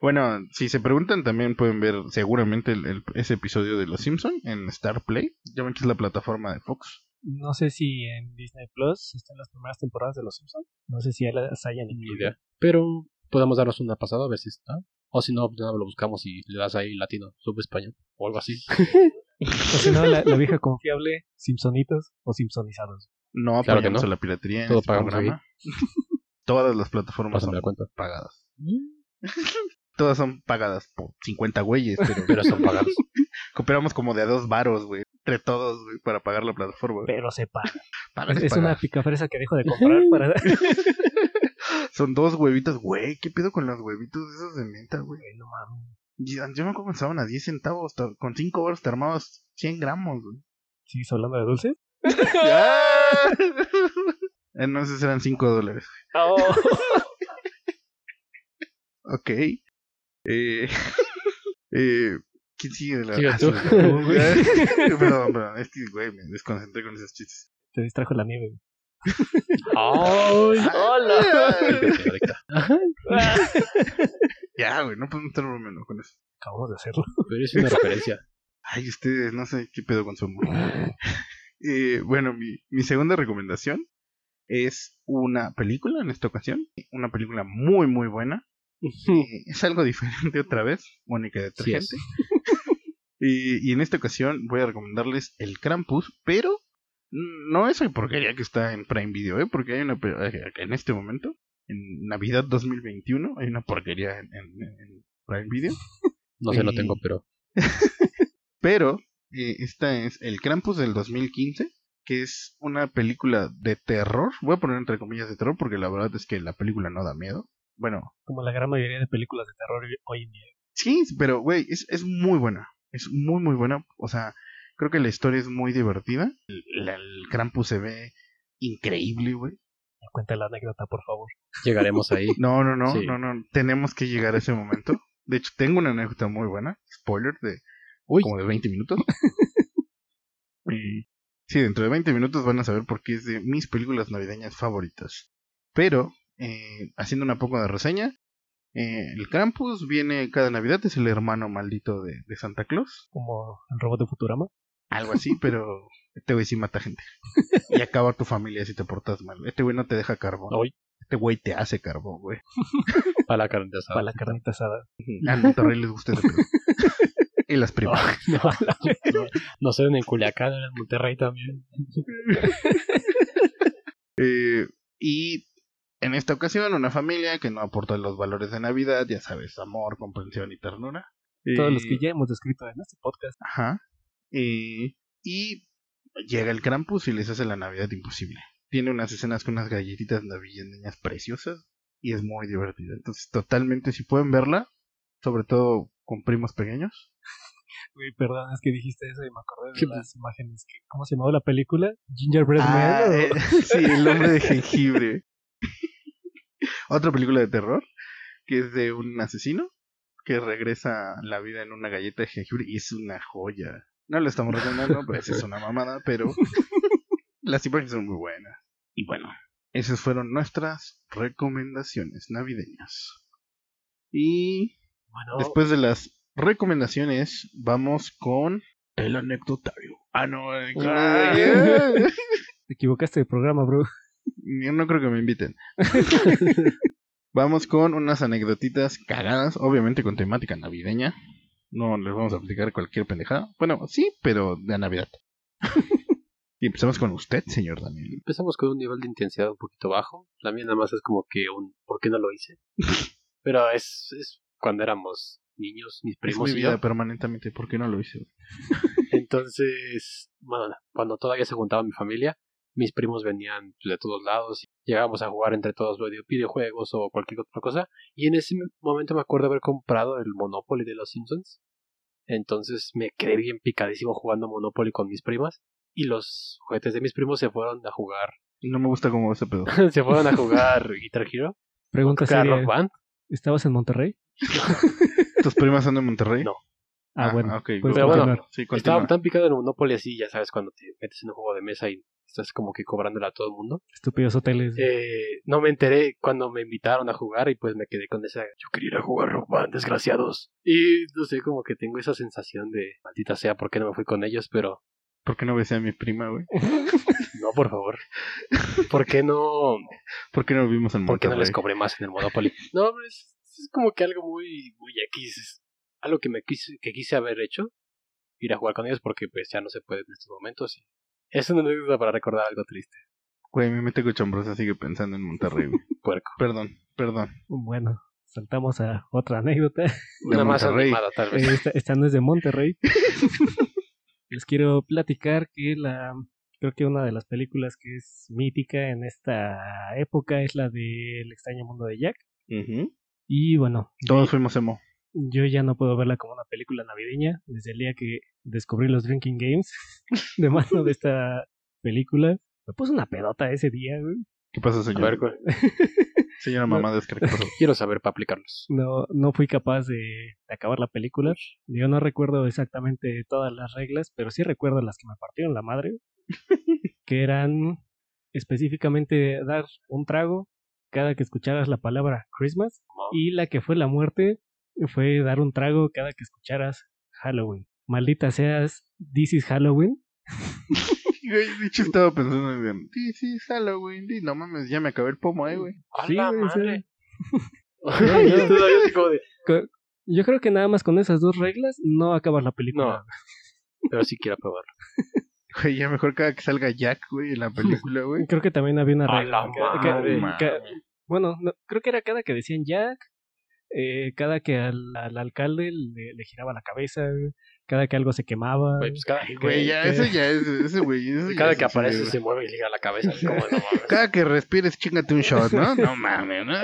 [SPEAKER 1] Bueno, si se preguntan, también pueden ver seguramente el- el- ese episodio de Los Simpson en Star Play. Ya ven que es la plataforma de Fox.
[SPEAKER 5] No sé si en Disney Plus están las primeras temporadas de Los Simpsons. No sé si ya las hayan
[SPEAKER 3] Ni
[SPEAKER 5] incluido.
[SPEAKER 3] idea. Pero podemos darnos una pasada a ver si está. O si no, ya lo buscamos y le das ahí latino, sub español o algo así.
[SPEAKER 5] O si no, la, la vieja confiable, Simpsonitos o Simpsonizados.
[SPEAKER 1] No
[SPEAKER 3] Claro
[SPEAKER 1] apoyamos
[SPEAKER 3] que no.
[SPEAKER 1] a la piratería en
[SPEAKER 3] Todo
[SPEAKER 1] este
[SPEAKER 3] pagamos
[SPEAKER 1] programa. Todas las plataformas
[SPEAKER 3] Pásame la
[SPEAKER 1] son
[SPEAKER 3] cuenta.
[SPEAKER 1] pagadas. Todas son pagadas por 50 güeyes, pero
[SPEAKER 3] Pero son pagados.
[SPEAKER 1] cooperamos como de a dos varos, güey. Entre todos, güey, para pagar la plataforma. güey.
[SPEAKER 5] Pero se paga.
[SPEAKER 1] Pagar
[SPEAKER 5] Es,
[SPEAKER 1] es
[SPEAKER 5] es una
[SPEAKER 1] pagar.
[SPEAKER 5] picafresa que dejo de comprar para
[SPEAKER 1] Son dos huevitos, güey. ¿Qué pedo con los huevitos esos de menta, güey?
[SPEAKER 5] Güey, no mames.
[SPEAKER 1] Yo yo me acuerdo que estaban a 10 centavos. te- Con 5 horas te armabas 100 gramos, güey.
[SPEAKER 5] ¿Sigues hablando de dulce?
[SPEAKER 1] ¡Ah! Entonces eran 5 dólares. Ok. Eh, eh, ¿Quién sigue de la.?
[SPEAKER 3] Sigue
[SPEAKER 1] Ah,
[SPEAKER 3] tú.
[SPEAKER 1] sí, güey. perdón, perdón. Es que, güey, me desconcentré con esos chistes.
[SPEAKER 5] Te distrajo la nieve.
[SPEAKER 3] ¡Ay!
[SPEAKER 1] ya, güey, no podemos estar bromeando con eso.
[SPEAKER 5] Acabamos de hacerlo.
[SPEAKER 3] Pero es una referencia.
[SPEAKER 1] Ay, ustedes, no sé qué pedo con su amor. Eh, bueno, mi, mi segunda recomendación es una película en esta ocasión. Una película muy, muy buena. Eh, es algo diferente otra vez, Mónica Detergente.
[SPEAKER 3] Sí
[SPEAKER 1] Y, y en esta ocasión voy a recomendarles el Krampus, pero no es el porquería que está en Prime Video, ¿eh? porque hay una pe- en este momento, en Navidad 2021, hay una porquería en, en- en Prime Video.
[SPEAKER 3] No sé, no
[SPEAKER 1] Y-
[SPEAKER 3] tengo, pero.
[SPEAKER 1] Pero eh, esta es el Krampus del 2015, que es una película de terror. Voy a poner entre comillas de terror porque la verdad es que la película no da miedo. Bueno,
[SPEAKER 5] Como la gran mayoría de películas de terror hoy en día.
[SPEAKER 1] Sí, pero güey, es, es muy buena. Es muy, muy buena. O sea, creo que la historia es muy divertida. El, la- el Krampus se ve increíble, güey.
[SPEAKER 5] Ya Cuenta la anécdota, por favor.
[SPEAKER 3] Llegaremos ahí.
[SPEAKER 1] No, no, no,
[SPEAKER 3] Sí.
[SPEAKER 1] no, no. Tenemos que llegar a ese momento. De hecho, tengo una anécdota muy buena. Spoiler de
[SPEAKER 3] Uy.
[SPEAKER 1] como de 20 minutos. Y, sí, dentro de 20 minutos van a saber por qué es de mis películas navideñas favoritas. Pero, eh, haciendo una poco de reseña, eh, el Krampus viene cada Navidad, es el hermano maldito de- de Santa Claus.
[SPEAKER 5] Como el robot de Futurama.
[SPEAKER 1] Algo así, pero este güey sí mata gente. Y acaba tu familia si te portas mal. Este güey no te deja carbón.
[SPEAKER 3] Ay.
[SPEAKER 1] Este güey te hace carbón, güey.
[SPEAKER 3] Para la carne asada.
[SPEAKER 5] Para la carnita asada.
[SPEAKER 1] A Monterrey les gusta ese pedo. Y las primas.
[SPEAKER 3] No, no, no sé, en Culiacán, en Monterrey también.
[SPEAKER 1] Eh, y en esta ocasión, una familia que no aporta los valores de Navidad, ya sabes, amor, comprensión y ternura.
[SPEAKER 5] Todos
[SPEAKER 1] Eh,
[SPEAKER 5] los que ya hemos descrito en este podcast.
[SPEAKER 1] Ajá. Eh, y llega el Krampus y les hace la Navidad imposible. Tiene unas escenas con unas galletitas navideñas preciosas y es muy divertida. Entonces, totalmente, si pueden verla, sobre todo con primos pequeños.
[SPEAKER 5] Güey, perdón, es que dijiste eso y me acordé
[SPEAKER 3] ¿Qué
[SPEAKER 5] de las imágenes. que- ¿Cómo se llamaba la película? Gingerbread
[SPEAKER 1] Ah,
[SPEAKER 5] Man. o-
[SPEAKER 1] eh, sí, el hombre de jengibre. Otra película de terror que es de un asesino que regresa a la vida en una galleta de jengibre y es una joya. No lo estamos recomendando, pues es una mamada, pero las imágenes son muy buenas. Y bueno, esas fueron nuestras recomendaciones navideñas. Y
[SPEAKER 3] Bueno,
[SPEAKER 1] después de las recomendaciones, vamos con el anecdotario. Ah, no, eh, claro.
[SPEAKER 5] Te equivocaste de programa, bro.
[SPEAKER 1] Yo no creo que me inviten. vamos con unas anecdotitas cagadas, obviamente con temática navideña. No les vamos a aplicar cualquier pendejada. Bueno, sí, pero de Navidad. y empezamos con usted, señor Daniel.
[SPEAKER 3] empezamos con un nivel de intensidad un poquito bajo. La mía nada más es como que un ¿por qué no lo hice? Pero es, es cuando éramos niños, mis
[SPEAKER 1] Es
[SPEAKER 3] primos
[SPEAKER 1] mi
[SPEAKER 3] y
[SPEAKER 1] vida
[SPEAKER 3] yo.
[SPEAKER 1] permanentemente, ¿por qué no lo hice?
[SPEAKER 3] Entonces, bueno, cuando todavía se juntaba mi familia, mis primos venían pues, de todos lados. Llegábamos a jugar entre todos video- videojuegos o cualquier otra cosa. Y en ese momento me acuerdo haber comprado el Monopoly de los Simpsons. Entonces me quedé bien picadísimo jugando Monopoly con mis primas. Y los juguetes de mis primos se fueron a jugar.
[SPEAKER 1] No me gusta cómo va ese pedo.
[SPEAKER 3] se fueron a jugar Guitar Hero.
[SPEAKER 5] Pregunta
[SPEAKER 3] tocar
[SPEAKER 5] seria.
[SPEAKER 3] Rock Band.
[SPEAKER 5] ¿Estabas en Monterrey?
[SPEAKER 1] ¿Tus primas son de Monterrey?
[SPEAKER 3] No.
[SPEAKER 5] Ah, bueno.
[SPEAKER 1] ok,
[SPEAKER 5] puedes
[SPEAKER 1] pero
[SPEAKER 5] continuar.
[SPEAKER 1] sí, continúa.
[SPEAKER 3] Estaba tan picado en el Monopoly así, ya sabes, cuando te metes en un juego de mesa y estás como que cobrándole a todo el mundo.
[SPEAKER 5] Estúpidos hoteles.
[SPEAKER 3] Eh, no me enteré cuando me invitaron a jugar y pues me quedé con esa. Yo quería ir a jugar Rock Band, desgraciados. Y no sé, como que tengo esa sensación de maldita sea, ¿por qué no me fui con ellos? Pero
[SPEAKER 1] ¿Por qué no besé a mi prima, güey?
[SPEAKER 3] Eh. no, por favor. ¿Por qué no,
[SPEAKER 1] ¿Por qué no vivimos en
[SPEAKER 3] por qué
[SPEAKER 1] Monterrey?
[SPEAKER 3] no les cobré más en el Monopoly? No, pero es, es como que algo muy, muy X. es algo que me quise, que quise haber hecho. Ir a jugar con ellos porque pues ya no se puede en estos momentos. y Es una anécdota para recordar algo triste.
[SPEAKER 1] Güey, mi mente cochambrosa sigue pensando en Monterrey, güey.
[SPEAKER 3] Puerco.
[SPEAKER 1] Perdón, perdón.
[SPEAKER 5] Bueno, saltamos a otra anécdota.
[SPEAKER 1] De
[SPEAKER 3] Una más
[SPEAKER 1] Monterrey.
[SPEAKER 3] animada, tal vez.
[SPEAKER 5] Eh, Esta, esta no es de Monterrey. Les quiero platicar que la creo que una de las películas que es mítica en esta época es la de El extraño mundo de Jack.
[SPEAKER 1] Ujú.
[SPEAKER 5] Y bueno,
[SPEAKER 1] Todos fuimos emo.
[SPEAKER 5] yo ya no puedo verla como una película navideña desde el día que descubrí los Drinking Games de mano de esta película. Me puse una pedota ese día, güey.
[SPEAKER 1] ¿Qué pasa,
[SPEAKER 3] A
[SPEAKER 1] señora?
[SPEAKER 3] ver, cu-
[SPEAKER 1] Señora mamá de Oscar, ¿qué pasó?
[SPEAKER 3] quiero saber para aplicarlos.
[SPEAKER 5] No, no fui capaz de, de acabar la película. Yo no recuerdo exactamente todas las reglas, pero sí recuerdo las que me partieron la madre. que eran específicamente dar un trago cada que escucharas la palabra Christmas. Y la que fue la muerte fue dar un trago cada que escucharas Halloween. Maldita seas, this is Halloween.
[SPEAKER 1] Güey, de hecho estaba pensando en... Sí, sí, es Halloween. y no mames, ya me acabé el pomo, eh, güey.
[SPEAKER 5] Sí, güey, o sea,
[SPEAKER 3] Y yo todavía así como de,
[SPEAKER 5] Yo creo que nada más con esas dos reglas no acabas la película.
[SPEAKER 3] No, pero sí quiero probarlo.
[SPEAKER 1] Güey, ya mejor cada que salga Jack, güey, en la película, güey.
[SPEAKER 5] Creo que también había una
[SPEAKER 3] A
[SPEAKER 5] regla.
[SPEAKER 3] la
[SPEAKER 5] Ca- ca-
[SPEAKER 3] madre.
[SPEAKER 5] ca- bueno, no, creo que era cada que decían Jack, eh, cada que al, al alcalde le, le giraba la cabeza, cada que algo se quemaba.
[SPEAKER 3] Güey, pues cada,
[SPEAKER 1] Güey, ya,
[SPEAKER 5] que-
[SPEAKER 1] eso ya es... Ese, güey, eso ya
[SPEAKER 3] cada
[SPEAKER 1] es
[SPEAKER 3] que
[SPEAKER 1] así,
[SPEAKER 3] aparece
[SPEAKER 1] güey.
[SPEAKER 3] se mueve y liga la cabeza. así como de, no mames.
[SPEAKER 1] Cada que respires, chingate un shot, ¿no? No mames, ¿no?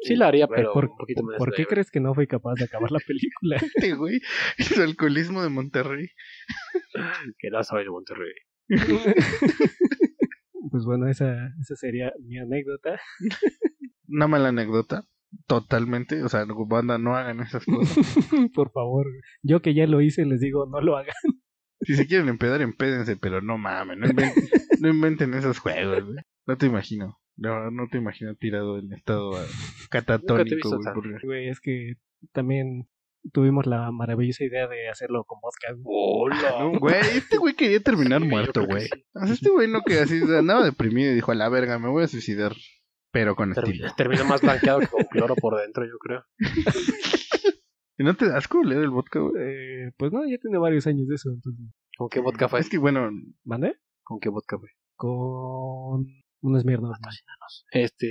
[SPEAKER 3] Sí la haría,
[SPEAKER 5] Güey,
[SPEAKER 3] pero
[SPEAKER 5] ¿por,
[SPEAKER 3] un poquito más.
[SPEAKER 5] ¿por qué
[SPEAKER 3] leve.
[SPEAKER 5] crees que no fui capaz de acabar la película?
[SPEAKER 1] Este, güey, su alcoholismo de Monterrey.
[SPEAKER 3] Que no soy de Monterrey.
[SPEAKER 5] pues bueno, esa, esa sería mi anécdota.
[SPEAKER 1] Una mala anécdota, totalmente. O sea, banda, no hagan esas cosas.
[SPEAKER 5] Por favor, yo que ya lo hice, les digo, no lo hagan.
[SPEAKER 1] Si se quieren empedar, empédense, pero no mames, no inventen, no inventen esos juegos, güey. No te imagino. No, no te imagino tirado en estado ah,
[SPEAKER 3] Nunca te he
[SPEAKER 1] catatónico,
[SPEAKER 3] visto
[SPEAKER 1] güey.
[SPEAKER 3] tan-
[SPEAKER 1] porque-
[SPEAKER 5] Güey, es que también tuvimos la maravillosa idea de hacerlo con podcast.
[SPEAKER 3] ¡Hola!
[SPEAKER 1] No, güey, este güey quería terminar
[SPEAKER 3] Sí, yo
[SPEAKER 1] muerto,
[SPEAKER 3] creo que
[SPEAKER 1] güey.
[SPEAKER 3] sí.
[SPEAKER 1] O sea, Este güey no que así andaba deprimido y dijo, a la verga, me voy a suicidar, pero con estilo.
[SPEAKER 3] Termina, termina más blanqueado que con cloro por dentro, yo creo.
[SPEAKER 1] ¿Y no te das culo leer el vodka, güey?
[SPEAKER 5] Eh, pues no, ya tiene varios años de eso, entonces.
[SPEAKER 3] ¿Con qué vodka fue?
[SPEAKER 1] Es que, bueno,
[SPEAKER 5] ¿Mande?
[SPEAKER 3] ¿Con qué vodka fue?
[SPEAKER 5] Con unos mierdas más.
[SPEAKER 3] Este.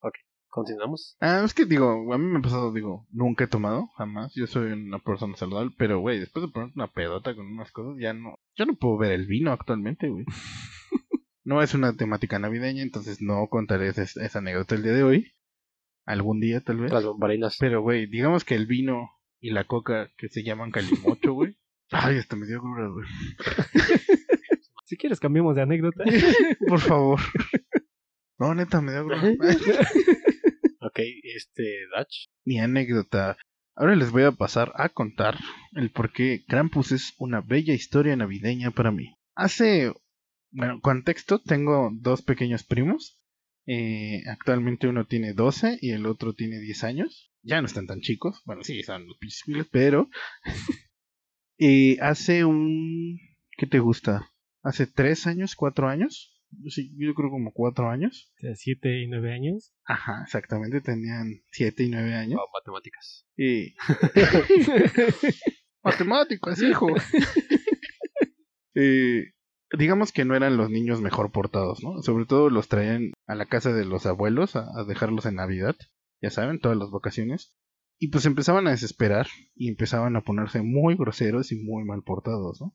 [SPEAKER 3] ok, continuamos.
[SPEAKER 1] Ah, es que digo, a mí me ha pasado, digo, nunca he tomado, jamás. Yo soy una persona saludable, pero güey, después de poner una pedota con unas cosas, ya no. Yo no puedo ver el vino actualmente, güey. no es una temática navideña, entonces no contaré esa, esa anécdota el día de hoy. Algún día, tal vez.
[SPEAKER 3] Las bombarinas.
[SPEAKER 1] Pero güey, digamos que el vino y la coca que se llaman calimocho, güey. Ay, hasta me dio cruda, güey.
[SPEAKER 5] Si quieres cambiemos de anécdota.
[SPEAKER 1] Por favor. No, neta, me dio cruda.
[SPEAKER 3] Ok, este. Dutch.
[SPEAKER 1] mi anécdota. Ahora les voy a pasar a contar el por qué Krampus es una bella historia navideña para mí. Hace, bueno, contexto, tengo dos pequeños primos. Eh, actualmente uno tiene 12 y el otro tiene 10 años. Ya no están tan chicos. Bueno, sí, están los pinches miles, pero... Eh, hace un... ¿Qué te gusta? ¿Hace tres años? ¿Cuatro años? Sí, yo creo como cuatro años.
[SPEAKER 5] De siete y nueve años.
[SPEAKER 1] Ajá, exactamente, tenían siete y nueve años.
[SPEAKER 3] Oh, matemáticas.
[SPEAKER 1] Y... Matemáticas, hijo. Eh, digamos que no eran los niños mejor portados, ¿no? Sobre todo los traían a la casa de los abuelos a, a dejarlos en Navidad, ya saben, todas las vacaciones. Y pues empezaban a desesperar y empezaban a ponerse muy groseros y muy mal portados, ¿no?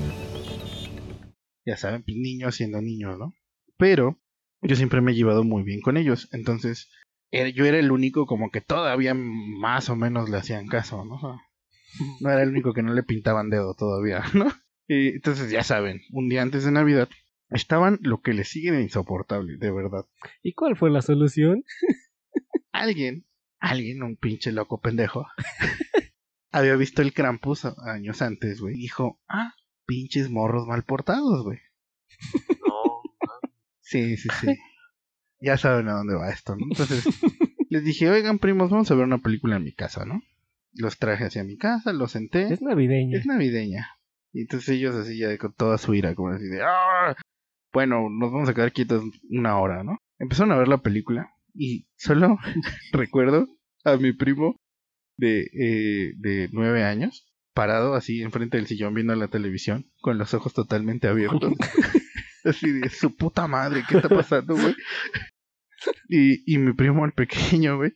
[SPEAKER 1] ya saben, pues, niños siendo niños, ¿no? Pero yo siempre me he llevado muy bien con ellos, entonces era- yo era el único como que todavía más o menos le hacían caso, ¿no? O sea, no era el único que no le pintaban dedo todavía, ¿no? Y entonces ya saben, un día antes de Navidad estaban lo que les siguen insoportable, de verdad.
[SPEAKER 5] ¿Y cuál fue la solución?
[SPEAKER 1] Alguien, alguien, un pinche loco pendejo, había visto el Krampus a- años antes, güey, y dijo, ah, pinches morros mal portados, güey.
[SPEAKER 3] No.
[SPEAKER 1] Sí, sí, sí. ya saben a dónde va esto, ¿no? Entonces, les dije, oigan, primos, vamos a ver una película en mi casa, ¿no? Los traje hacia mi casa, los senté.
[SPEAKER 5] Es navideña.
[SPEAKER 1] Es navideña. Y entonces ellos así ya con toda su ira, como así de, "Ah". bueno, nos vamos a quedar quietos una hora, ¿no? Empezaron a ver la película y solo recuerdo a mi primo de, eh, de nueve años, parado así enfrente del sillón viendo la televisión, con los ojos totalmente abiertos. así de su puta madre, ¿qué está pasando, güey? Y, y mi primo el pequeño, güey,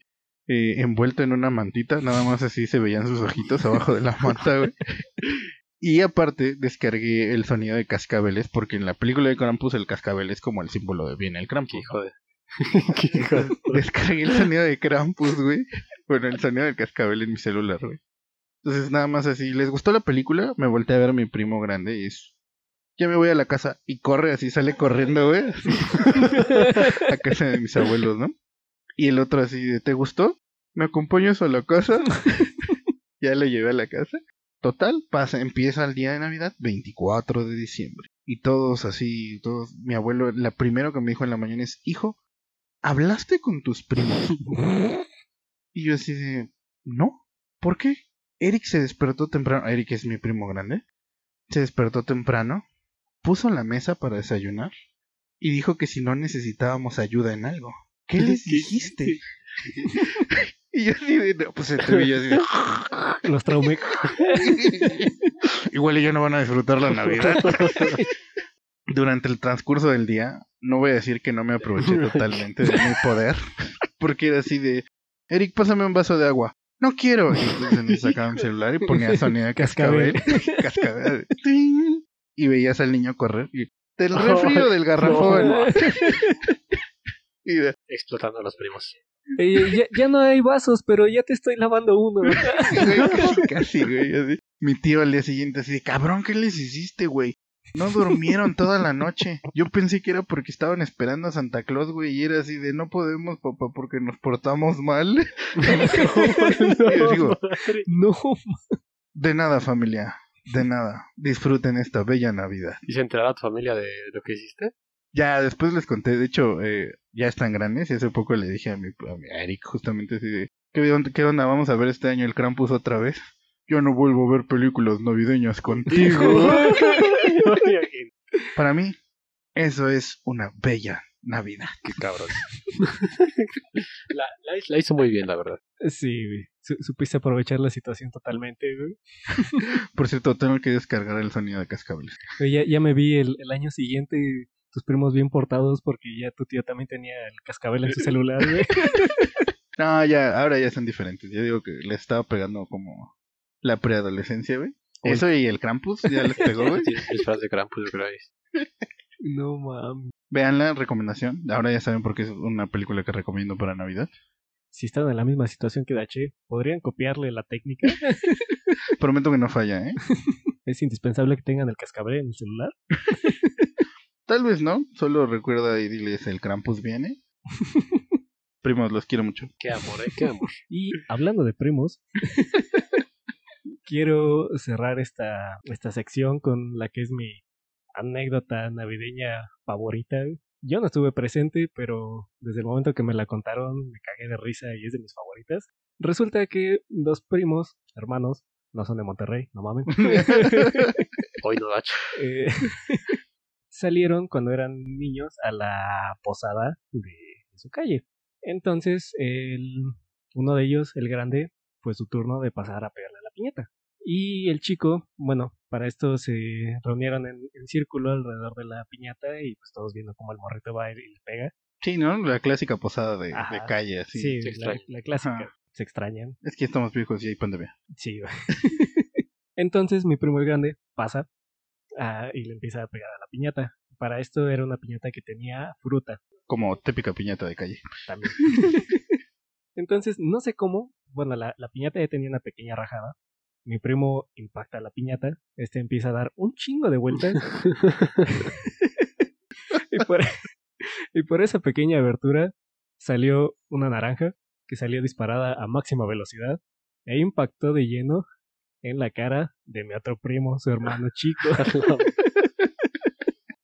[SPEAKER 1] eh, envuelto en una mantita, nada más así se veían sus ojitos abajo de la manta, güey. Y aparte descargué el sonido de cascabeles, porque en la película de Krampus el cascabel es como el símbolo de bien el Krampus.
[SPEAKER 3] Qué
[SPEAKER 1] ¿no?
[SPEAKER 3] hijo de.
[SPEAKER 1] Entonces, Descargué el sonido de Krampus, güey. Bueno, el sonido del cascabel en mi celular, güey. Entonces, nada más así. ¿Les gustó la película? Me volteé a ver a mi primo grande y es. Ya me voy a la casa y corre así, sale corriendo, güey. así, a casa de mis abuelos, ¿no? Y el otro así de, ¿te gustó? ¿Me acompañas a la casa? ya lo llevé a la casa. Total, pasa, empieza el día de Navidad, 24 de diciembre. Y todos así, todos. Mi abuelo, la primero que me dijo en la mañana es, hijo, ¿hablaste con tus primos? y yo así de, no, ¿por qué? Eric se despertó temprano, Eric es mi primo grande, se despertó temprano, puso la mesa para desayunar y dijo que si no necesitábamos ayuda en algo. ¿Qué les dijiste? y yo así de, no, pues entre mí yo así de,
[SPEAKER 5] Los traumé.
[SPEAKER 1] Igual ellos no van a disfrutar la Navidad. Durante el transcurso del día, no voy a decir que no me aproveché totalmente de mi poder, porque era así de, Eric, pásame un vaso de agua. No quiero. Y entonces me sacaba mi celular y ponía sonido de cascabel. cascabel. Ting. Y veías al niño correr. Y, del refrío del garrafón. Y de,
[SPEAKER 3] Explotando a los primos.
[SPEAKER 5] Eh, ya, ya no hay vasos, pero ya te estoy lavando uno.
[SPEAKER 1] Güey, casi, casi, güey, así. Mi tío al día siguiente así, de, cabrón, ¿qué les hiciste, güey? No durmieron toda la noche. Yo pensé que era porque estaban esperando a Santa Claus, güey, y era así de, no podemos, papá, porque nos portamos mal. Y yo digo,
[SPEAKER 5] No,
[SPEAKER 1] de nada, familia, de nada. Disfruten esta bella Navidad.
[SPEAKER 3] ¿Y se enterará tu familia de lo que hiciste?
[SPEAKER 1] Ya, después les conté, de hecho, eh, ya están grandes, y hace poco le dije a, mi, a, mi- a Eric justamente así de, ¿qué onda, ¿qué onda? Vamos a ver este año el Krampus otra vez. Yo no vuelvo a ver películas navideñas contigo. Para mí, eso es una bella Navidad.
[SPEAKER 3] Qué cabrón. la, la hizo- la hizo muy bien, la verdad.
[SPEAKER 5] Sí, güey. Su- supiste aprovechar la situación totalmente, güey.
[SPEAKER 1] Por cierto, tengo que descargar el sonido de cascabeles.
[SPEAKER 5] Güey, Ya, ya me vi el, el año siguiente tus primos bien portados porque ya tu tío también tenía el cascabel en su celular, güey.
[SPEAKER 1] No, ya, ahora ya son diferentes. Yo digo que le estaba pegando como la preadolescencia, güey.
[SPEAKER 5] Uy.
[SPEAKER 1] Eso y el Krampus ya les pegó, güey.
[SPEAKER 3] Tienes un disfraz de Krampus, yo creo. ahí.
[SPEAKER 5] No mames.
[SPEAKER 1] Vean la recomendación. Ahora ya saben por qué es una película que recomiendo para Navidad.
[SPEAKER 5] Si están en la misma situación que Dache, podrían copiarle la técnica.
[SPEAKER 1] Prometo que no falla, ¿eh?
[SPEAKER 5] Es indispensable que tengan el cascabel en el celular.
[SPEAKER 1] Tal vez no, solo recuerda y diles el Krampus viene. Primos, los quiero mucho.
[SPEAKER 3] Qué amor, ¿eh? Qué amor.
[SPEAKER 5] Y hablando de primos, quiero cerrar esta, esta sección con la que es mi anécdota navideña favorita. Yo no estuve presente, pero desde el momento que me la contaron me cagué de risa y es de mis favoritas. Resulta que dos primos, hermanos, no son de Monterrey, no mamen,
[SPEAKER 3] Hoy no, Dacho.
[SPEAKER 5] eh, salieron cuando eran niños a la posada de, de su calle. Entonces, el- uno de ellos, el grande, fue su turno de pasar a pegarle a la piñata. Y el chico, bueno, para esto se reunieron en, en círculo alrededor de la piñata y pues todos viendo cómo el morrito va y le pega.
[SPEAKER 1] Sí, ¿no? La clásica posada de, de
[SPEAKER 5] Ajá.
[SPEAKER 1] calle, así.
[SPEAKER 5] Sí,
[SPEAKER 3] se
[SPEAKER 5] la,
[SPEAKER 3] extraña.
[SPEAKER 5] la clásica.
[SPEAKER 1] Ajá.
[SPEAKER 5] Se extrañan.
[SPEAKER 1] Es que estamos viejos y hay pandemia.
[SPEAKER 5] Sí. güey. Entonces mi primo el grande pasa ah, y le empieza a pegar a la piñata. Para esto era una piñata que tenía fruta
[SPEAKER 1] como típica piñata de calle.
[SPEAKER 5] también. Entonces no sé cómo, bueno, la, la piñata ya tenía una pequeña rajada. Mi primo impacta la piñata, este empieza a dar un chingo de vueltas. y, por, y por esa pequeña abertura salió una naranja que salió disparada a máxima velocidad e impactó de lleno en la cara de mi otro primo, su hermano chico.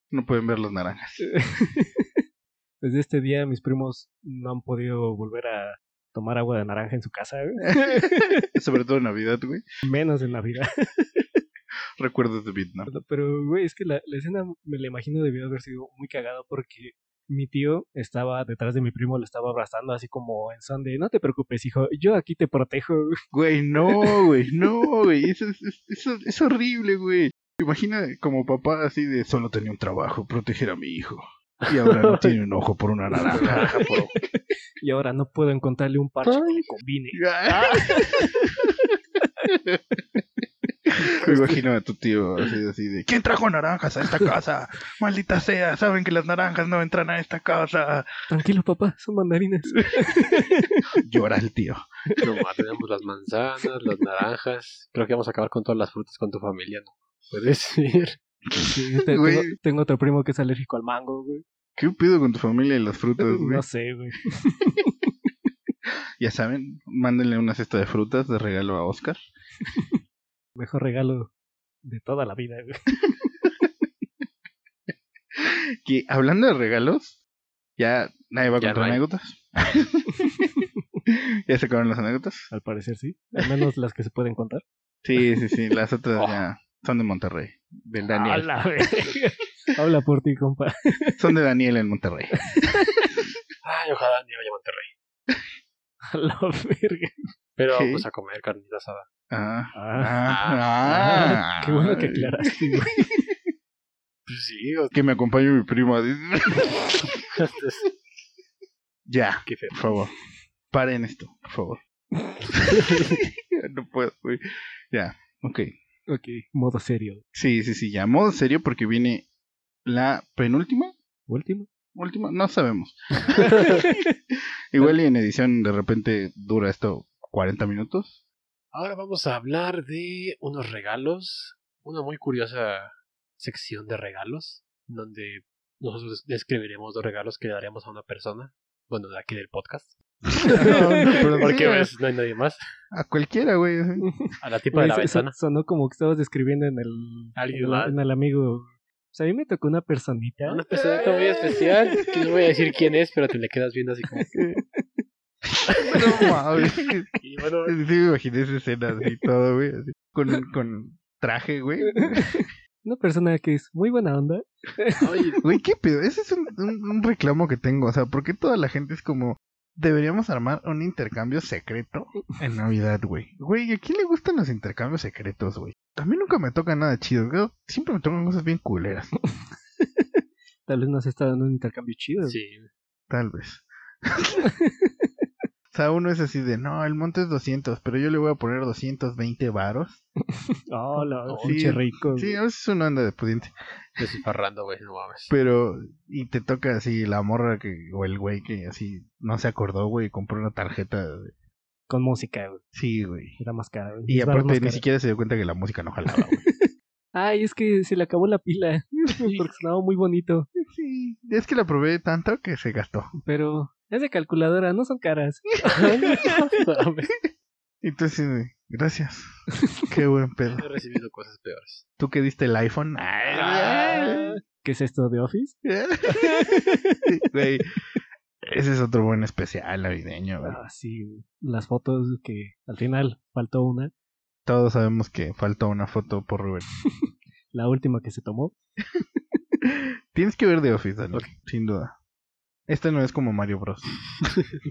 [SPEAKER 1] No pueden ver las naranjas.
[SPEAKER 5] Desde este día mis primos no han podido volver a tomar agua de naranja en su casa, güey,
[SPEAKER 1] Sobre todo en Navidad, güey.
[SPEAKER 5] menos en Navidad.
[SPEAKER 1] Recuerdos de Vietnam.
[SPEAKER 5] Pero, güey, es que la, la escena me la imagino debió haber sido muy cagada porque mi tío estaba detrás de mi primo, lo estaba abrazando así como en son de, no te preocupes, hijo, yo aquí te protejo.
[SPEAKER 1] Güey, no, güey, no, güey. Eso, es- es- eso es horrible, güey. Imagina como papá así de solo tenía un trabajo, proteger a mi hijo. Y ahora no tiene un ojo por una naranja. por-
[SPEAKER 5] Y ahora no puedo encontrarle un parche que le combine.
[SPEAKER 1] Ah. Me imagino a tu tío así, así de ¿Quién trajo naranjas a esta casa? Maldita sea, saben que las naranjas no entran a esta casa.
[SPEAKER 5] Tranquilo, papá, son mandarinas.
[SPEAKER 1] Llora el tío.
[SPEAKER 3] No, ma, tenemos las manzanas, las naranjas. Creo que vamos a acabar con todas las frutas con tu familia, ¿no? Puedes ir.
[SPEAKER 5] Sí, te- tengo,
[SPEAKER 1] Güey.
[SPEAKER 5] tengo otro primo que es alérgico al mango, güey.
[SPEAKER 1] ¿Qué pido con tu familia y las frutas, Pues, güey?
[SPEAKER 5] No sé, güey.
[SPEAKER 1] Ya saben, mándenle una cesta de frutas de regalo a Oscar.
[SPEAKER 5] Mejor regalo de toda la vida, güey.
[SPEAKER 1] Que hablando de regalos, ya nadie va a
[SPEAKER 3] Ya
[SPEAKER 1] contar
[SPEAKER 3] no hay.
[SPEAKER 1] anécdotas. ¿Ya se acabaron las anécdotas?
[SPEAKER 5] Al parecer sí. Al menos las que se pueden contar.
[SPEAKER 1] Sí, sí, sí, las otras
[SPEAKER 3] Oh.
[SPEAKER 1] ya son de Monterrey. Del Daniel.
[SPEAKER 5] Habla, güey. Habla por ti, compa.
[SPEAKER 1] Son de Daniel en Monterrey.
[SPEAKER 3] Ay, ojalá ni vaya a Monterrey.
[SPEAKER 5] A la verga.
[SPEAKER 3] Pero
[SPEAKER 1] Sí.
[SPEAKER 3] pues a comer carnita asada.
[SPEAKER 1] Ah,
[SPEAKER 5] Ah,
[SPEAKER 1] ah,
[SPEAKER 5] ah, qué bueno que
[SPEAKER 1] ay.
[SPEAKER 5] aclaraste, güey.
[SPEAKER 3] Pues sí, o-
[SPEAKER 1] Que me acompañe mi prima. dice. ya,
[SPEAKER 3] qué feo.
[SPEAKER 1] por favor. Paren esto, por favor. no puedo, güey. Ya, ok.
[SPEAKER 5] Ok, modo serio.
[SPEAKER 1] Sí, sí, sí, ya. Modo serio porque viene la penúltima.
[SPEAKER 5] Último.
[SPEAKER 1] Última, no sabemos. Igual y en edición de repente dura esto 40 minutos.
[SPEAKER 3] Ahora vamos a hablar de unos regalos. Una muy curiosa sección de regalos. Donde nosotros describiremos dos regalos que le daríamos a una persona. Bueno, de aquí del podcast. Porque
[SPEAKER 1] Sí,
[SPEAKER 3] pues, no hay nadie más.
[SPEAKER 1] A cualquiera, güey.
[SPEAKER 3] A la tipa de la
[SPEAKER 5] Güey, so-
[SPEAKER 3] ventana.
[SPEAKER 5] Sonó como que estabas describiendo en el,
[SPEAKER 3] Alguien
[SPEAKER 5] en el-
[SPEAKER 3] más.
[SPEAKER 5] en el amigo. Pues a mí me tocó una personita.
[SPEAKER 3] Una persona como muy especial. Que no voy a decir quién es, pero te le quedas viendo así como.
[SPEAKER 1] No mames.
[SPEAKER 3] Y bueno,
[SPEAKER 1] Sí, me imaginé esa escena así, todo, güey. así, Con, con traje, güey.
[SPEAKER 5] Una persona que es muy buena onda.
[SPEAKER 3] oye,
[SPEAKER 1] Güey, qué pedo. Ese es un, un- un reclamo que tengo. O sea, ¿por qué toda la gente es como. Deberíamos armar un intercambio secreto en Navidad, güey. Güey, ¿a quién le gustan los intercambios secretos, güey? A mí nunca me toca nada chido, güey. Siempre me tocan cosas bien culeras,
[SPEAKER 5] Tal vez nos está dando un intercambio chido.
[SPEAKER 3] sí.
[SPEAKER 1] tal vez. o sea, uno es así de, no, el monte es 200, pero yo le voy a poner 220 varos.
[SPEAKER 5] Oh, la
[SPEAKER 3] Oh,
[SPEAKER 5] pinche
[SPEAKER 1] sí.
[SPEAKER 5] rico.
[SPEAKER 1] Sí,
[SPEAKER 5] güey.
[SPEAKER 1] a veces uno anda de pudiente.
[SPEAKER 3] Yo soy parrando, güey, no mames.
[SPEAKER 1] Pero, y te toca así la morra que, o el güey que así no se acordó, güey, y compró una tarjeta. güey.
[SPEAKER 5] Con música, güey.
[SPEAKER 1] Sí, güey.
[SPEAKER 5] Era más cara, güey.
[SPEAKER 1] Y
[SPEAKER 5] Nos daban
[SPEAKER 1] aparte
[SPEAKER 5] más
[SPEAKER 1] ni
[SPEAKER 5] cara.
[SPEAKER 1] siquiera se dio cuenta que la música no jalaba, güey.
[SPEAKER 5] Ay, es que se le acabó la pila. Porque sonaba muy bonito.
[SPEAKER 1] Sí, es que la probé tanto que se gastó.
[SPEAKER 5] Pero es de calculadora, no son caras.
[SPEAKER 3] No mames.
[SPEAKER 1] Entonces, güey, gracias. Qué buen pedo.
[SPEAKER 3] He recibido cosas peores.
[SPEAKER 1] ¿Tú que diste el iPhone?
[SPEAKER 5] Ah, ¿Qué es esto de Office?
[SPEAKER 1] Sí, Güey, ese es otro buen especial navideño, güey.
[SPEAKER 5] Ah, sí, güey. las fotos que al final faltó una.
[SPEAKER 1] Todos sabemos que faltó una foto por Rubén.
[SPEAKER 5] La última que se tomó.
[SPEAKER 1] Tienes que ver The Office, Daniel, sin duda. Este no es como Mario Bros.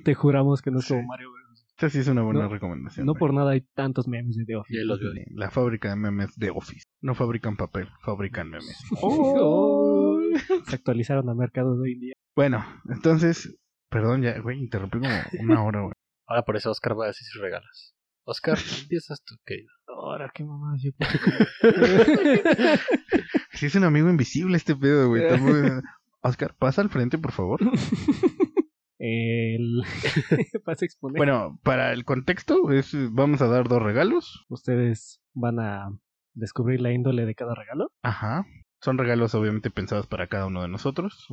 [SPEAKER 5] Te juramos que no es
[SPEAKER 1] Sí.
[SPEAKER 5] como Mario. güey.
[SPEAKER 1] Esta sí es una buena
[SPEAKER 5] No-
[SPEAKER 1] recomendación.
[SPEAKER 5] No
[SPEAKER 1] güey.
[SPEAKER 5] por nada hay tantos memes de The Office.
[SPEAKER 3] Ya los veo.
[SPEAKER 1] La fábrica de memes de Office. No fabrican papel, fabrican memes.
[SPEAKER 5] Oh. Se actualizaron al mercado de hoy en día.
[SPEAKER 1] Bueno, entonces, perdón, ya, güey, interrumpí como una hora, güey.
[SPEAKER 3] Ahora por eso Oscar va a decir sus regalos. Oscar, empiezas tú, querido.
[SPEAKER 5] Ahora, qué mamá. Yo...
[SPEAKER 1] Si es un amigo invisible este pedo, güey. está muy- Oscar, pasa al frente, por favor.
[SPEAKER 5] El... Vas a exponer.
[SPEAKER 1] Bueno, para el contexto, es, vamos a dar dos regalos.
[SPEAKER 5] Ustedes van a descubrir la índole de cada regalo.
[SPEAKER 1] Ajá. Son regalos obviamente pensados para cada uno de nosotros.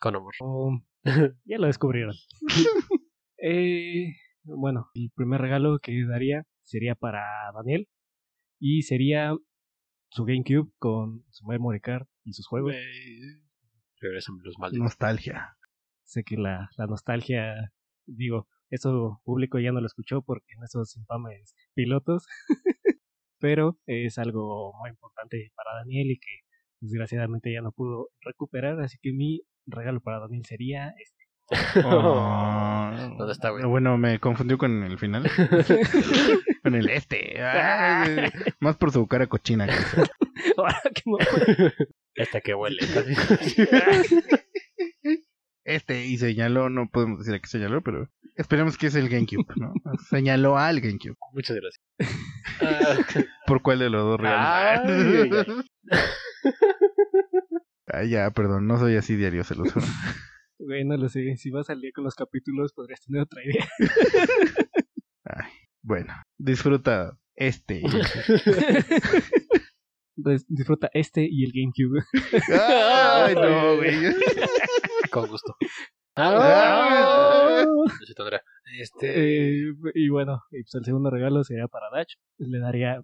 [SPEAKER 3] Con amor.
[SPEAKER 5] O- Oh, ya lo descubrieron. Eh, bueno, el primer regalo que daría sería para Daniel. Y sería su GameCube con su memory card y sus juegos.
[SPEAKER 3] Regresame los malditos.
[SPEAKER 1] Nostalgia.
[SPEAKER 5] sé que la, la nostalgia, digo, eso público ya no lo escuchó porque en esos infames pilotos, pero es algo muy importante para Daniel y que desgraciadamente ya no pudo recuperar, así que mi regalo para 2000 sería este,
[SPEAKER 1] Oh.
[SPEAKER 3] ¿Dónde está, güey?
[SPEAKER 1] Bueno, me confundió con el final. con el este. Ah, más por su cara cochina. que eso.
[SPEAKER 5] Ahora que no-
[SPEAKER 3] Esta que huele.
[SPEAKER 1] Este, y señaló, no podemos decir a qué señaló, pero esperemos que es el GameCube, ¿no? Señaló al GameCube.
[SPEAKER 3] Muchas gracias.
[SPEAKER 1] ¿Por cuál de los dos
[SPEAKER 3] Ay,
[SPEAKER 1] reales? Ah, ya, perdón, no soy así diario, se lo juro.
[SPEAKER 5] Güey, no lo sé. Si vas al día con los capítulos, podrías tener otra idea.
[SPEAKER 1] Bueno, disfruta este.
[SPEAKER 5] Entonces, disfruta este y el GameCube.
[SPEAKER 1] Ay, no, güey.
[SPEAKER 3] Con gusto.
[SPEAKER 1] Ah.
[SPEAKER 3] Yo sí tendré. Este.
[SPEAKER 5] Eh, y bueno, y pues el segundo regalo sería para Dash. Le daría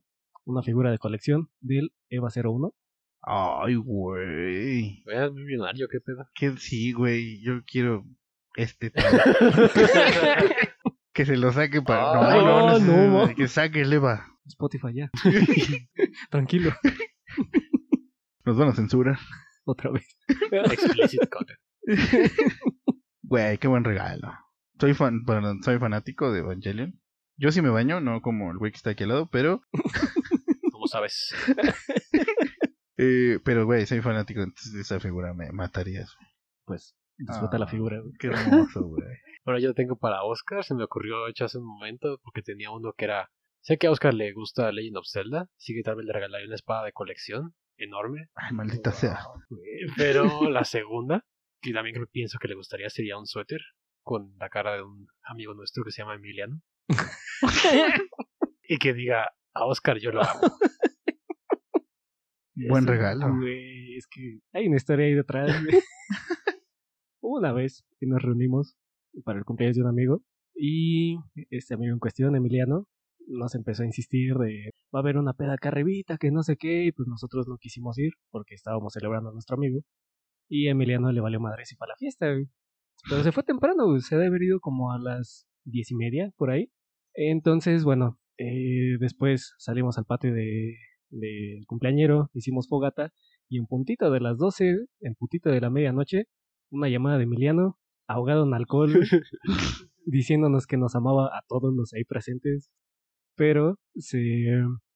[SPEAKER 5] una figura de colección del EVA 01.
[SPEAKER 1] Ay, güey.
[SPEAKER 3] Veas muy millonario, qué pedo.
[SPEAKER 1] Que sí, güey, yo quiero este. que se lo saque para.
[SPEAKER 3] Ay,
[SPEAKER 1] no, no,
[SPEAKER 5] Ah, no,
[SPEAKER 1] no,
[SPEAKER 5] no.
[SPEAKER 1] Que saque el Eva.
[SPEAKER 5] Spotify ya. Tranquilo,
[SPEAKER 1] Nos van a censurar.
[SPEAKER 5] otra vez.
[SPEAKER 3] Explicit content.
[SPEAKER 1] Güey, qué buen regalo. Soy fan, perdón, soy fanático de Evangelion. Yo sí me baño, no como el güey que está aquí al lado, pero,
[SPEAKER 3] Como sabes.
[SPEAKER 1] eh, pero güey, soy fanático, entonces esa figura me matarías.
[SPEAKER 5] Pues disfruta
[SPEAKER 1] Ah.
[SPEAKER 5] la figura. güey.
[SPEAKER 1] Qué hermoso, güey.
[SPEAKER 3] Bueno, yo tengo para Oscar. Se me ocurrió hecho hace un momento porque tenía uno que era. Sé que a Oscar le gusta Legend of Zelda, así que tal vez le regalaré una espada de colección enorme.
[SPEAKER 1] Ay, maldita sea.
[SPEAKER 3] Pero la segunda, que también creo- pienso que le gustaría, sería un suéter con la cara de un amigo nuestro que se llama Emiliano. y que diga, a Oscar yo lo
[SPEAKER 1] Ah,
[SPEAKER 3] amo.
[SPEAKER 1] Buen
[SPEAKER 5] Eso,
[SPEAKER 1] regalo.
[SPEAKER 5] güey, es que hay una historia ahí detrás. güey. Hubo una vez que nos reunimos para el cumpleaños de un amigo y este amigo en cuestión, Emiliano, nos empezó a insistir de va a haber una peda acá arribita, que no sé qué, y pues nosotros no quisimos ir porque estábamos celebrando a nuestro amigo y a Emiliano le valió madre si para la fiesta, güey. Pero se fue temprano, güey, se ha de haber ido como a las diez y media por ahí. Entonces, bueno, eh, después salimos al patio de, del cumpleañero, hicimos fogata y en puntito de las 12, en puntito de la medianoche, una llamada de Emiliano, ahogado en alcohol, diciéndonos que nos amaba a todos los ahí presentes, pero se,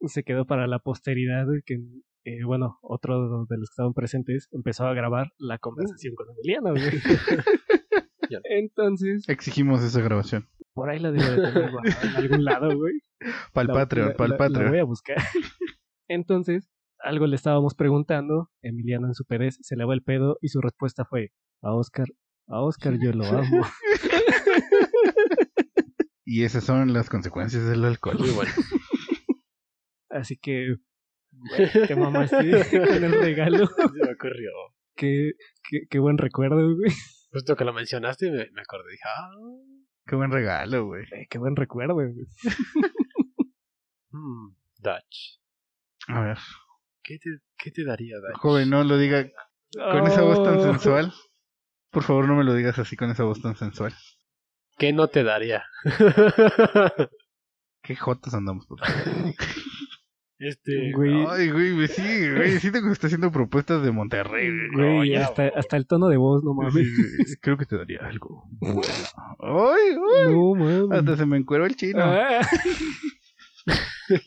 [SPEAKER 5] se quedó para la posteridad que, eh, bueno, otro de los que estaban presentes empezó a grabar la conversación con Emiliano. güey.
[SPEAKER 3] Ya.
[SPEAKER 5] Entonces,
[SPEAKER 1] Exigimos esa grabación.
[SPEAKER 5] por ahí la debo de tener guardada en algún lado, güey.
[SPEAKER 1] Pa'l
[SPEAKER 5] La-
[SPEAKER 1] Patreon,
[SPEAKER 5] la-
[SPEAKER 1] pa'l
[SPEAKER 5] la- La
[SPEAKER 1] Patreon.
[SPEAKER 5] voy a buscar. Entonces, algo le estábamos preguntando. Emiliano en su perez se le va el pedo y su respuesta fue: A Oscar, a Oscar yo lo amo.
[SPEAKER 1] Y esas son las consecuencias del alcohol.
[SPEAKER 3] Muy bueno.
[SPEAKER 5] Así que, güey, te mamaste con el regalo.
[SPEAKER 3] Se me ocurrió.
[SPEAKER 5] Qué, qué, qué buen recuerdo, güey.
[SPEAKER 3] Justo que lo mencionaste, me, me acordé. Dije, ah,
[SPEAKER 1] Qué buen regalo, güey.
[SPEAKER 5] Eh, Qué buen recuerdo, güey.
[SPEAKER 3] mm, Dutch.
[SPEAKER 1] A ver,
[SPEAKER 3] ¿Qué te, qué te daría, Dutch?
[SPEAKER 1] joven, no lo diga con esa voz tan
[SPEAKER 5] Oh.
[SPEAKER 1] sensual. Por favor, no me lo digas así con esa voz tan sensual.
[SPEAKER 3] ¿Qué no te daría?
[SPEAKER 1] Qué jotas andamos, por favor.
[SPEAKER 3] este.
[SPEAKER 5] Güey,
[SPEAKER 1] Ay, güey, me sigue, güey. Siento que me está haciendo propuestas de Monterrey, güey.
[SPEAKER 5] güey,
[SPEAKER 3] no, Oh, ya,
[SPEAKER 5] hasta,
[SPEAKER 3] güey.
[SPEAKER 5] hasta el tono de voz, no mames.
[SPEAKER 1] Sí, Creo que te daría algo. bueno. Ay, ay.
[SPEAKER 5] No mames.
[SPEAKER 1] Hasta se me encueró el chino.
[SPEAKER 5] Ah.
[SPEAKER 3] Hijos.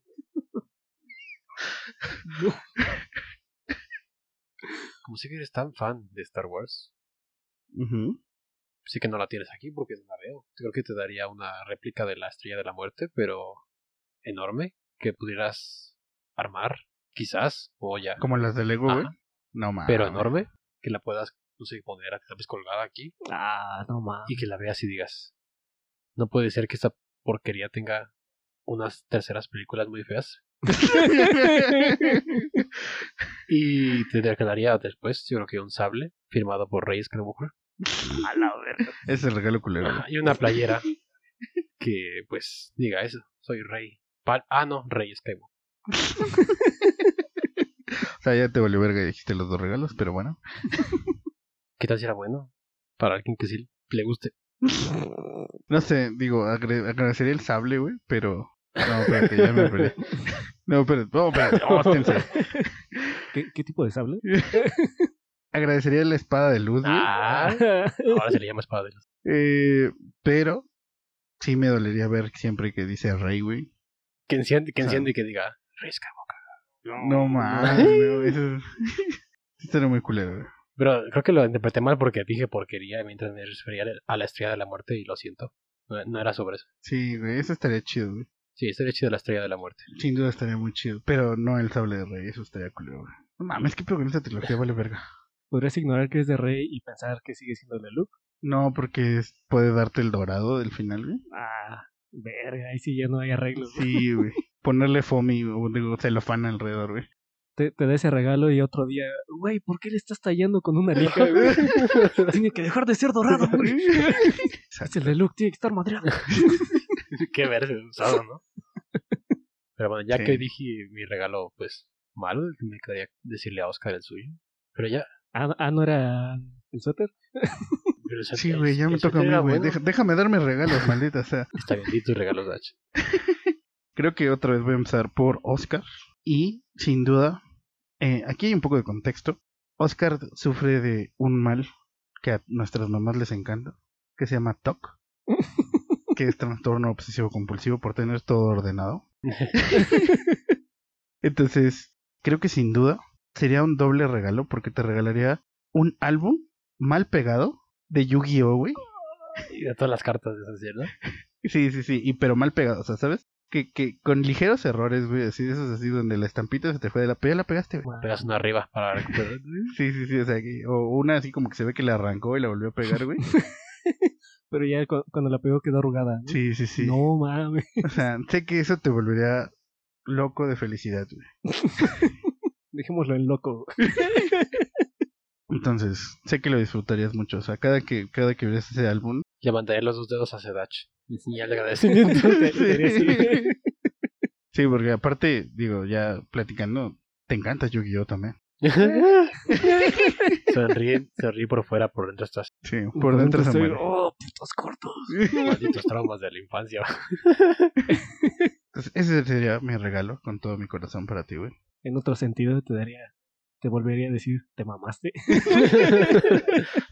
[SPEAKER 3] Como sé que eres tan fan de Star Wars,
[SPEAKER 1] Ujú.
[SPEAKER 3] sí que no la tienes aquí porque no la veo. Creo que te daría una réplica de la Estrella de la Muerte, pero enorme, que pudieras armar, quizás, o ya.
[SPEAKER 1] Como Ah, las de Lego,
[SPEAKER 3] Ajá.
[SPEAKER 1] güey. No mames.
[SPEAKER 3] Ah. Pero enorme, que la puedas, no sé, poner tal vez colgada aquí
[SPEAKER 5] Ah, no mames.
[SPEAKER 3] y que la veas y digas, no puede ser que esta porquería tenga unas terceras películas muy feas, Y te regalaría después, yo creo que un sable firmado por Reyes Carbuja
[SPEAKER 1] es el regalo culero. güey.
[SPEAKER 3] Ah, y una playera que, pues, diga eso: soy rey. Pa- ah, no, Reyes Carbuja.
[SPEAKER 1] O sea, ya te valió verga y dijiste los dos regalos, pero bueno.
[SPEAKER 3] ¿Qué tal si era bueno? Para alguien que sí le guste.
[SPEAKER 1] No sé, digo, agre- agradecería el sable, güey, pero. No, espérate, ya me peleé. No, espérate, no, espérate, hóstense.
[SPEAKER 5] ¿Qué, ¿Qué tipo de sable?
[SPEAKER 1] agradecería la espada de luz, güey,
[SPEAKER 3] Ah, ahora se le llama espada de luz.
[SPEAKER 1] eh, pero sí me dolería ver siempre que dice Rey, güey.
[SPEAKER 3] Que enciende, que
[SPEAKER 1] Ajá.
[SPEAKER 3] enciende y que diga, risca.
[SPEAKER 1] No mames, no, eso Estaría muy culero, güey.
[SPEAKER 3] Pero creo que lo interpreté mal porque dije porquería mientras me refería a la estrella de la muerte y lo siento. No, no era sobre eso.
[SPEAKER 1] Sí, güey, eso estaría chido, güey.
[SPEAKER 3] Sí, es el hecho de la estrella de la muerte.
[SPEAKER 1] Sin duda estaría muy chido, pero no el sable de Rey, eso estaría culero, güey. No mames, qué pedo con esta trilogía, vale verga.
[SPEAKER 5] Podrías ignorar que es de Rey y pensar que sigue siendo de Luke.
[SPEAKER 1] No, porque es- puede darte el dorado del final, güey.
[SPEAKER 5] Ah, verga, ahí sí ya no hay arreglos.
[SPEAKER 1] Sí, güey. Ponerle foamy o digo, celofán alrededor, güey.
[SPEAKER 5] Te, te da ese regalo y otro día, güey, ¿por qué le estás tallando con una lija, güey? Tiene que dejar de ser dorado, güey. Es el de Luke, tiene que estar madreado.
[SPEAKER 3] Qué verse usado, ¿no? Pero bueno, ya
[SPEAKER 1] Sí.
[SPEAKER 3] que dije mi regalo, pues malo, me quedaría decirle a Oscar el suyo. Pero ya.
[SPEAKER 5] Ah, ah, ¿no era el suéter?
[SPEAKER 3] pero ese-
[SPEAKER 1] Sí, güey, ya
[SPEAKER 3] el-
[SPEAKER 1] me
[SPEAKER 3] el
[SPEAKER 1] toca a
[SPEAKER 3] suéter
[SPEAKER 1] mí,
[SPEAKER 3] era
[SPEAKER 1] güey.
[SPEAKER 3] bueno.
[SPEAKER 1] Deja- déjame darme regalos, maldita sea.
[SPEAKER 3] Está bien, di tus regalos, Dach.
[SPEAKER 1] Creo que otra vez voy a empezar por Oscar. Y, sin duda, eh, aquí hay un poco de contexto. Oscar sufre de un mal que a nuestras mamás les encanta, que se llama TOC, que es trastorno obsesivo compulsivo por tener todo ordenado. Entonces, creo que sin duda sería un doble regalo porque te regalaría un álbum mal pegado de Yu-Gi-Oh, güey.
[SPEAKER 3] Y de todas las cartas de esas, ¿no?
[SPEAKER 1] Sí, sí, sí, y pero mal pegado, o sea, ¿sabes? Que, que con ligeros errores, güey, así de esos así donde la estampita se te fue de la... Pero ya la pegaste, güey.
[SPEAKER 3] Pegas una arriba para recuperar.
[SPEAKER 1] Sí, sí, sí, o sea, que- o una así como que se ve que la arrancó y la volvió a pegar, güey.
[SPEAKER 5] Pero ya cu- cuando la pegó quedó arrugada. ¿no?
[SPEAKER 1] Sí, sí, sí.
[SPEAKER 5] No mames.
[SPEAKER 1] O sea, sé que eso te volvería loco de felicidad, güey.
[SPEAKER 5] Dejémoslo en loco.
[SPEAKER 1] Entonces, sé que lo disfrutarías mucho, o sea, cada que, cada que veas ese álbum...
[SPEAKER 3] Le mandaré los dos dedos hacia Dach. En señal de agradecimiento.
[SPEAKER 1] sí. Sí, porque aparte, digo, ya platicando, te encanta Yu-Gi-Oh también.
[SPEAKER 3] sonríe, sonríe por fuera, por dentro estás
[SPEAKER 1] Sí, por dentro se
[SPEAKER 5] estoy,
[SPEAKER 1] muere.
[SPEAKER 5] Oh, putos cortos.
[SPEAKER 3] malditos traumas de la infancia.
[SPEAKER 1] Entonces, ese sería mi regalo con todo mi corazón para ti, güey.
[SPEAKER 5] En otro sentido te daría, te volvería a decir, te mamaste.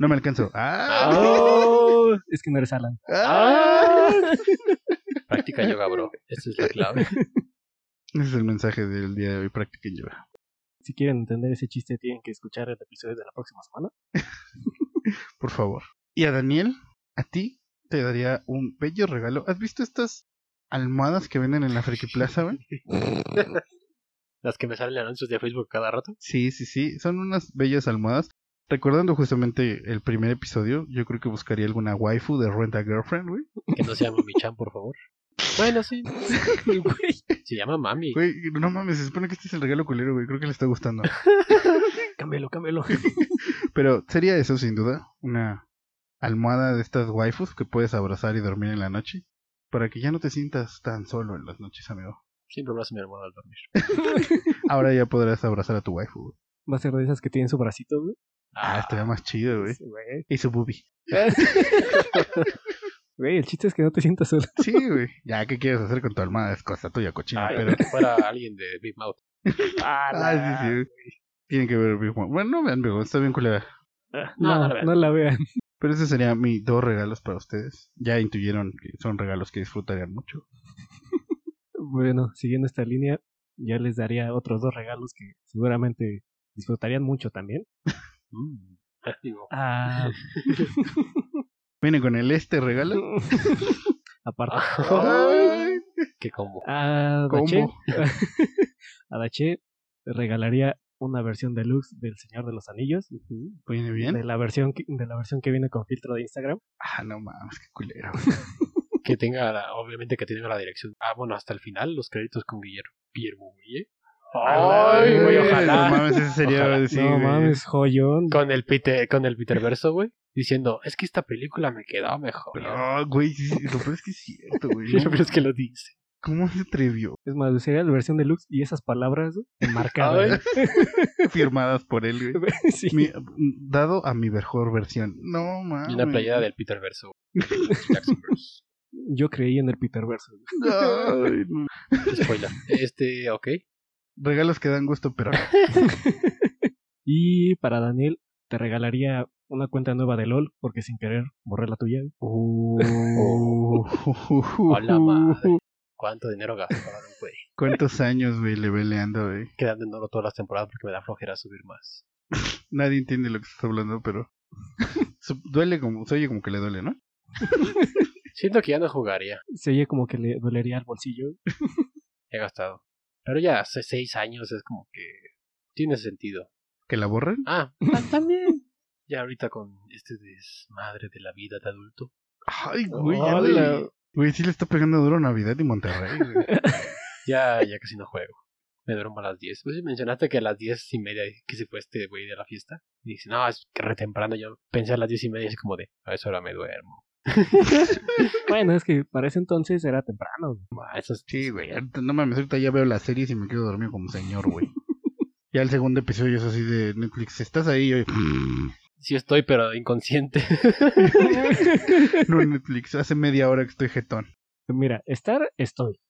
[SPEAKER 1] No me alcanzó. ¡Ah!
[SPEAKER 3] Oh.
[SPEAKER 5] es que no eres Alan.
[SPEAKER 1] ¡Ah!
[SPEAKER 3] Práctica yoga, bro. Esta es la clave.
[SPEAKER 1] Ese es el mensaje del día de hoy, practiquen yoga.
[SPEAKER 5] Si quieren entender ese chiste tienen que escuchar el episodio de la próxima semana.
[SPEAKER 1] Por favor. Y a Daniel, a ti te daría un bello regalo. ¿Has visto estas almohadas que venden en la Friki Plaza, güey?
[SPEAKER 3] Las que me salen en anuncios de Facebook cada rato.
[SPEAKER 1] Sí, sí, sí. Son unas bellas almohadas. Recordando justamente el primer episodio, yo creo que buscaría alguna waifu de Rent a Girlfriend, güey.
[SPEAKER 3] Que no se llama Michan, por favor. Bueno, sí. Se llama Mami.
[SPEAKER 1] Güey, no mames, se supone que este es el regalo culero, güey. Creo que le está gustando.
[SPEAKER 5] Cámbialo, cámbialo.
[SPEAKER 1] Pero sería eso, sin duda, una almohada de estas waifus que puedes abrazar y dormir en la noche. Para que ya no te sientas tan solo en las noches, amigo.
[SPEAKER 3] Siempre abrazo a mi hermano al dormir.
[SPEAKER 1] Ahora ya podrás abrazar a tu waifu, güey.
[SPEAKER 5] Va a ser de esas que tienen su bracito, güey.
[SPEAKER 1] Ah, estaría más chido, güey.
[SPEAKER 5] Sí, güey.
[SPEAKER 1] Y su boobie.
[SPEAKER 5] Güey, el chiste es que no te sientas solo.
[SPEAKER 1] Sí, güey. Ya, ¿qué quieres hacer con tu almohada? Es cosa tuya, cochina.
[SPEAKER 3] Ay,
[SPEAKER 1] pero.
[SPEAKER 3] que fuera alguien de Big Mouth.
[SPEAKER 1] Ah, sí, sí. güey. Tiene que ver Big One. Bueno, no vean Big One, está bien culera.
[SPEAKER 3] No, no,
[SPEAKER 5] No,
[SPEAKER 3] la verdad.
[SPEAKER 5] no la vean.
[SPEAKER 1] Pero esos serían mis dos regalos para ustedes. Ya intuyeron que son regalos que disfrutarían mucho.
[SPEAKER 5] Bueno, siguiendo esta línea, ya les daría otros dos regalos que seguramente disfrutarían mucho también.
[SPEAKER 3] Mm. Digo,
[SPEAKER 5] Ah,
[SPEAKER 1] Viene con el este regalo.
[SPEAKER 5] aparte.
[SPEAKER 1] Ay,
[SPEAKER 3] qué combo.
[SPEAKER 5] A Dache,
[SPEAKER 1] combo.
[SPEAKER 5] a Dache le regalaría una versión deluxe del Señor de los Anillos,
[SPEAKER 1] Viene bien.
[SPEAKER 5] de la versión que, de la versión que viene con filtro de Instagram.
[SPEAKER 1] Ah, no mames, qué culero.
[SPEAKER 3] Que tenga, la- obviamente que tenga la dirección. Ah, bueno, hasta el final, los créditos con Guillermo. Guillermo Guille. Ay, güey,
[SPEAKER 1] No
[SPEAKER 3] ojalá.
[SPEAKER 1] mames, ese sería
[SPEAKER 3] Ojalá.
[SPEAKER 1] sí,
[SPEAKER 5] no
[SPEAKER 1] güey.
[SPEAKER 5] mames, joyón.
[SPEAKER 3] Con el Peter, con el Peter Verso, güey. Diciendo, es que esta película me quedaba mejor.
[SPEAKER 1] No, güey, sí, sí, lo peor es que es cierto, güey.
[SPEAKER 3] Lo
[SPEAKER 1] No,
[SPEAKER 3] peor es que lo dice.
[SPEAKER 1] ¿Cómo se atrevió?
[SPEAKER 5] Es más, sería la versión deluxe y esas palabras
[SPEAKER 3] Ay.
[SPEAKER 5] marcadas.
[SPEAKER 1] Firmadas por él, güey.
[SPEAKER 5] sí.
[SPEAKER 1] Mi- dado a mi mejor versión. No mames.
[SPEAKER 3] Y una playera del Peter Verso. Jacksonverse.
[SPEAKER 5] Yo creí en el Peterverse.
[SPEAKER 1] Ay, no.
[SPEAKER 3] Spoiler. Este, ok.
[SPEAKER 1] Regalos que dan gusto, pero.
[SPEAKER 5] Y para Daniel, te regalaría una cuenta nueva de LOL porque sin querer borré la tuya.
[SPEAKER 1] Oh,
[SPEAKER 3] Hola, madre. ¿Cuánto dinero gastaron, güey?
[SPEAKER 1] ¿Cuántos años, güey, le eh? peleando, güey?
[SPEAKER 3] Quedando en oro todas las temporadas porque me da flojera subir más.
[SPEAKER 1] Nadie entiende lo que estás hablando, pero. Su- duele como. Se oye como que le duele, ¿no?
[SPEAKER 3] Siento que ya no jugaría.
[SPEAKER 5] Se oye como que le dolería al bolsillo.
[SPEAKER 3] He gastado. Pero ya hace seis años es como que tiene sentido.
[SPEAKER 1] ¿Que la borren?
[SPEAKER 3] Ah, ah, también. Ya ahorita con este desmadre de la vida de adulto.
[SPEAKER 1] Ay, güey, ya le-
[SPEAKER 3] Hola.
[SPEAKER 1] Güey, sí le está pegando duro Navidad y Monterrey, güey.
[SPEAKER 3] Ya, ya casi no juego. Me duermo a las 10. Pues mencionaste que a las 10 y media que se fue este güey de la fiesta. Y dice, no, es que re temprano. Yo pensé a las 10 y media y es como de, a esa hora me duermo.
[SPEAKER 5] Bueno, es que para ese entonces era temprano. güey.
[SPEAKER 3] Ah, eso es-
[SPEAKER 1] Sí, güey. ahorita- No mames, ahorita ya veo las series y me quedo dormido como señor, güey. ya el segundo episodio es así de Netflix. ¿Estás ahí? Yo,
[SPEAKER 3] Sí estoy, pero inconsciente.
[SPEAKER 1] no, Netflix. Hace media hora que estoy jetón.
[SPEAKER 5] Mira, estar estoy.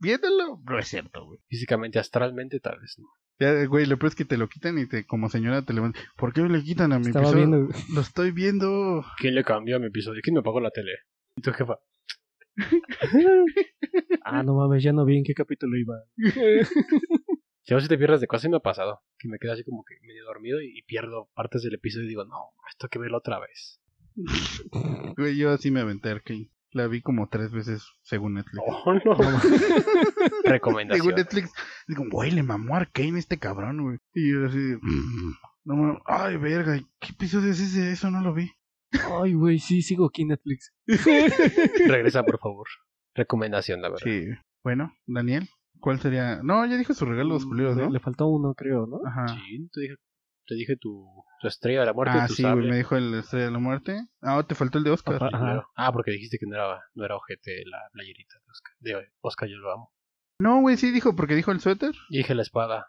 [SPEAKER 1] Viéndolo, no es cierto, güey.
[SPEAKER 3] Físicamente, astralmente, tal vez. ¿no?
[SPEAKER 1] Ya, güey, lo peor es que te lo quitan y te, como señora, te levantas. ¿Por qué le quitan a mi
[SPEAKER 5] Estaba
[SPEAKER 1] episodio?
[SPEAKER 5] viendo.
[SPEAKER 1] Lo estoy viendo.
[SPEAKER 3] ¿Quién le cambió a mi episodio? ¿Quién me apagó la tele? ¿Y tu jefa?
[SPEAKER 5] Ah, no mames, ya no vi en qué capítulo iba.
[SPEAKER 3] Ya si te pierdes de cosas y me ha pasado. Que me quedo así como que medio dormido y, y pierdo partes del episodio y digo, no, esto hay que verlo otra vez.
[SPEAKER 1] Güey, yo así me aventé Arkane. La vi como tres veces según Netflix.
[SPEAKER 3] Oh, no.
[SPEAKER 1] según
[SPEAKER 3] Recomendación.
[SPEAKER 1] Netflix, digo, güey, le mamó Arkane este cabrón, güey. Y yo así, de, no mames, ay, verga, ¿qué episodio es ese? Eso no lo vi.
[SPEAKER 5] Ay, güey, sí, sigo aquí en Netflix.
[SPEAKER 3] Regresa, por favor. Recomendación, la verdad.
[SPEAKER 1] Sí. Bueno, Daniel, ¿cuál sería? No, ya dije su regalo de los culeros,
[SPEAKER 5] Mm, le,
[SPEAKER 1] ¿no?
[SPEAKER 5] le faltó uno, creo, ¿no?
[SPEAKER 1] Ajá.
[SPEAKER 3] Sí, te dije, te dije tu, tu estrella de la muerte.
[SPEAKER 1] Ah,
[SPEAKER 3] tu
[SPEAKER 1] sí,
[SPEAKER 3] sable.
[SPEAKER 1] güey, me dijo el Estrella de la Muerte. Ah, te faltó el de Oscar.
[SPEAKER 5] Papá.
[SPEAKER 3] Sí, claro.
[SPEAKER 5] Ajá.
[SPEAKER 3] Ah, porque dijiste que no era, no era ojete la playerita de Oscar. De Oscar, yo lo amo.
[SPEAKER 1] No, güey, sí dijo, porque dijo el suéter.
[SPEAKER 3] Y dije la espada.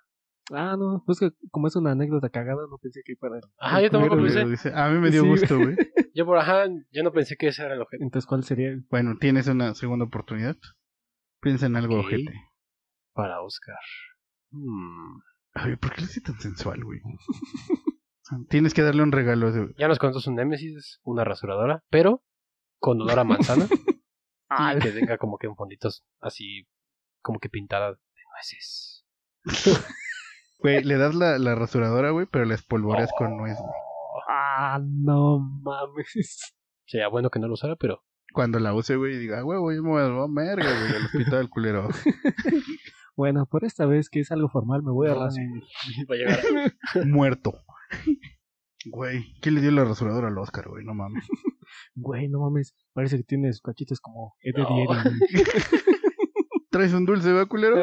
[SPEAKER 5] Ah, no, pues que como es una anécdota cagada, no pensé que para.
[SPEAKER 3] Ajá, yo tampoco
[SPEAKER 1] Pero,
[SPEAKER 3] pensé.
[SPEAKER 1] güey, dice, A mí me dio
[SPEAKER 5] Sí, güey.
[SPEAKER 1] gusto, güey.
[SPEAKER 3] Yo por ajá, yo no pensé que ese era el ojete.
[SPEAKER 5] Entonces, ¿cuál sería?
[SPEAKER 1] Bueno, tienes una segunda oportunidad. Piensa en algo,
[SPEAKER 3] Ok.
[SPEAKER 1] ojete.
[SPEAKER 3] Para Oscar. Hmm.
[SPEAKER 1] Ay, ¿por qué le hice tan sensual, güey? Tienes que darle un regalo. de-
[SPEAKER 3] Ya nos contó su némesis, una rasuradora, pero con olor a manzana. y que tenga como que un fondito así, como que pintada de nueces.
[SPEAKER 1] Güey, le das la, la rasuradora, güey, pero la espolvoreas con nuez. güey.
[SPEAKER 5] Ah, no mames.
[SPEAKER 3] Sería bueno que no lo usara, pero
[SPEAKER 1] Cuando la use, güey, diga, "Ah, güey, güey, yo me voy a merga, güey, al hospital, culero.
[SPEAKER 5] Bueno, por esta vez que es algo formal, me voy a
[SPEAKER 1] Ah,
[SPEAKER 5] las.
[SPEAKER 3] va a llegar
[SPEAKER 1] Muerto. Güey, ¿qué le dio la rasuradora al Oscar, güey? No mames.
[SPEAKER 5] Güey, no mames, parece que tienes cachitos como Ed de
[SPEAKER 3] No.
[SPEAKER 5] Diego, güey.
[SPEAKER 1] ¿Traes un dulce, va, culero?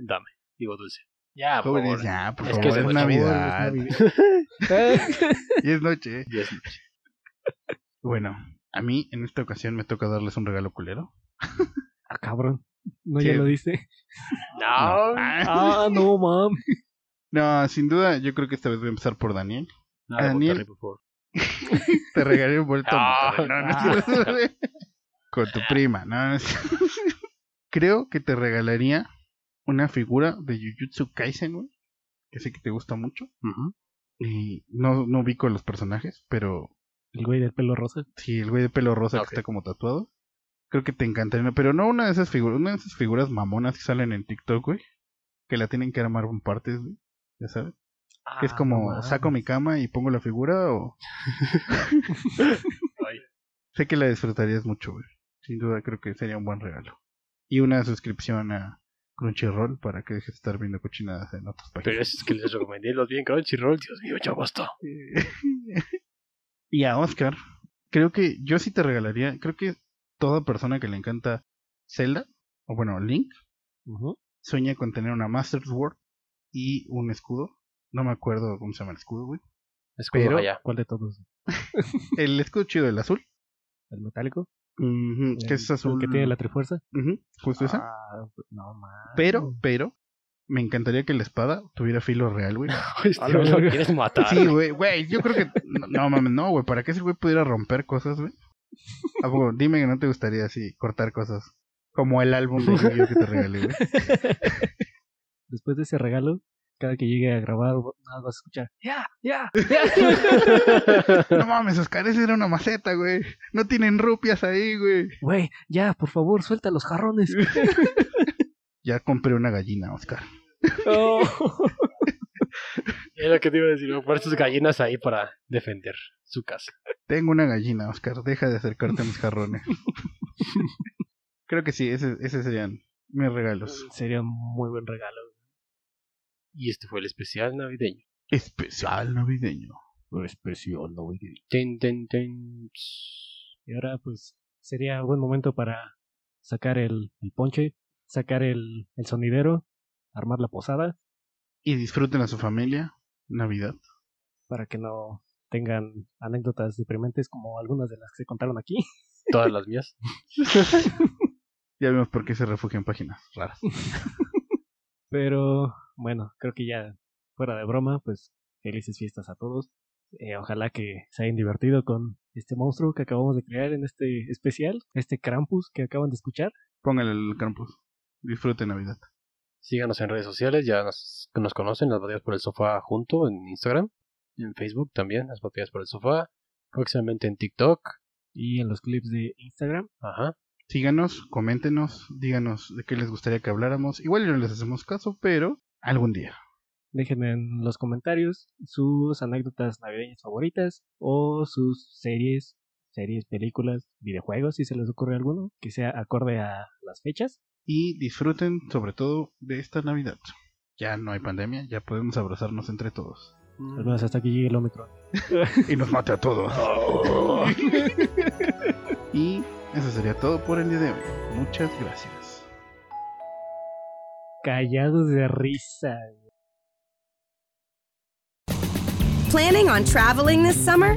[SPEAKER 3] Dame, digo dulce. Ya, por
[SPEAKER 1] Jóvenes,
[SPEAKER 3] favor.
[SPEAKER 1] ya, "Ah, por
[SPEAKER 3] Es
[SPEAKER 1] favor,
[SPEAKER 3] que
[SPEAKER 1] es,
[SPEAKER 3] se me-
[SPEAKER 1] Navidad.
[SPEAKER 5] Eh,
[SPEAKER 1] Y es noche.
[SPEAKER 3] Ya es noche.
[SPEAKER 1] Bueno, a mí en esta ocasión me toca darles un regalo culero.
[SPEAKER 5] ah, cabrón. No,
[SPEAKER 1] Sí.
[SPEAKER 5] ya lo dice.
[SPEAKER 3] No.
[SPEAKER 5] Ah, no mames.
[SPEAKER 1] No, sin duda, yo creo que esta vez voy a empezar por Daniel.
[SPEAKER 3] Nada,
[SPEAKER 1] Daniel.
[SPEAKER 3] Monterrey, por favor.
[SPEAKER 1] Te regalé un vuelto a
[SPEAKER 3] Ah,
[SPEAKER 1] Monterrey. No, no es cierto, güey. Con tu prima, no, no es cierto. Creo que te regalaría una figura de Jujutsu Kaisen, güey. Que sé que te gusta mucho. Y no, no ubico los personajes, pero
[SPEAKER 5] El güey del pelo rosa.
[SPEAKER 1] sí, el güey de pelo rosa
[SPEAKER 3] Ok.
[SPEAKER 1] que está como tatuado. Creo que te encantaría. Pero no una de esas figuras, una de esas figuras mamonas que salen en TikTok, güey. Que la tienen que armar en partes, güey. Ya sabes. Que es
[SPEAKER 5] Ah,
[SPEAKER 1] como
[SPEAKER 5] no mames.
[SPEAKER 1] saco mi cama y pongo la figura o
[SPEAKER 3] Ay,
[SPEAKER 1] Sé que la disfrutarías mucho, güey. Sin duda creo que sería un buen regalo. Y una suscripción a Crunchyroll para que dejes de estar viendo cochinadas en otras
[SPEAKER 3] pero
[SPEAKER 1] páginas.
[SPEAKER 3] es que les recomendé los bien Crunchyroll, Dios mío, ya basta.
[SPEAKER 1] y a Oscar, creo que yo sí te regalaría, creo que toda persona que le encanta Zelda, o bueno, Link,
[SPEAKER 5] Ujú.
[SPEAKER 1] sueña con tener una Master Sword y un escudo. No me acuerdo cómo se llama el escudo, güey.
[SPEAKER 3] Escudo
[SPEAKER 1] Pero-
[SPEAKER 3] allá.
[SPEAKER 5] ¿Cuál de todos?
[SPEAKER 1] El escudo chido, el azul.
[SPEAKER 5] ¿El metálico?
[SPEAKER 1] Ujú, que es
[SPEAKER 5] El- el
[SPEAKER 1] azul.
[SPEAKER 5] Que tiene la trifuerza.
[SPEAKER 1] Ujú, justo esa.
[SPEAKER 5] Ah, Mm. no mames.
[SPEAKER 1] Pero, pero, me encantaría que la espada tuviera filo real, güey.
[SPEAKER 3] Este
[SPEAKER 5] A la
[SPEAKER 3] güey lo
[SPEAKER 5] verga.
[SPEAKER 3] quieres matar.
[SPEAKER 1] Sí, güey, güey, yo creo que... No, no, mames, no, güey, para que ese güey pudiera romper cosas, güey. ¿A poco? Dime que no te gustaría así, cortar cosas. Como el álbum de Yu-Gi-Oh que te regalé, güey.
[SPEAKER 5] Después de ese regalo, cada que llegue a grabar, nada más vas a escuchar. ¡Ya! ¡Ya!
[SPEAKER 1] No mames, Oscar, esa era una maceta, güey. No tienen rupias ahí, güey.
[SPEAKER 5] Güey, ya, por favor, suelta los jarrones.
[SPEAKER 1] Ya compré una gallina, Oscar.
[SPEAKER 5] No.
[SPEAKER 3] Es lo que te iba a decir, poner sus gallinas ahí para defender su casa.
[SPEAKER 1] Tengo una gallina, Oscar. Deja de acercarte a mis jarrones. Creo que sí, ese- esos serían mis regalos.
[SPEAKER 5] Sería un muy buen regalo.
[SPEAKER 3] Y este fue el especial navideño.
[SPEAKER 1] Especial navideño.
[SPEAKER 5] Especial, no voy
[SPEAKER 3] Ten, ten, ten.
[SPEAKER 5] Y ahora, pues, sería buen momento para sacar el, el ponche, sacar el, el sonidero, armar la posada,
[SPEAKER 1] Y disfruten a su familia. Navidad.
[SPEAKER 5] para que no tengan anécdotas deprimentes como algunas de las que se contaron aquí.
[SPEAKER 3] Todas las mías.
[SPEAKER 1] Ya vemos por qué se refugia en páginas raras.
[SPEAKER 5] Pero bueno, creo que ya fuera de broma, pues felices fiestas a todos. Eh, ojalá que se hayan divertido con este monstruo que acabamos de crear en este especial, este Krampus que acaban de escuchar.
[SPEAKER 1] Pónganle el campus. Disfruten Navidad.
[SPEAKER 3] Síganos en redes sociales, ya nos, nos conocen, las batallas por el sofá junto en Instagram, en Facebook también, las batallas por el sofá, próximamente en TikTok,
[SPEAKER 5] Y en los clips de Instagram,
[SPEAKER 3] ajá,
[SPEAKER 1] Síganos, coméntenos, díganos de qué les gustaría que habláramos. Igual no les hacemos caso, pero algún día.
[SPEAKER 5] dejen en los comentarios sus anécdotas navideñas favoritas o sus series, series, películas, videojuegos, si se les ocurre alguno, que sea acorde a las fechas.
[SPEAKER 1] Y disfruten sobre todo de esta Navidad. Ya no hay pandemia, ya podemos abrazarnos entre todos.
[SPEAKER 5] Al menos hasta que llegue el Omicron.
[SPEAKER 1] Y nos mate a todos. y eso sería todo por el día de hoy. Muchas gracias.
[SPEAKER 5] Callados de risa.
[SPEAKER 6] Planning on traveling this summer?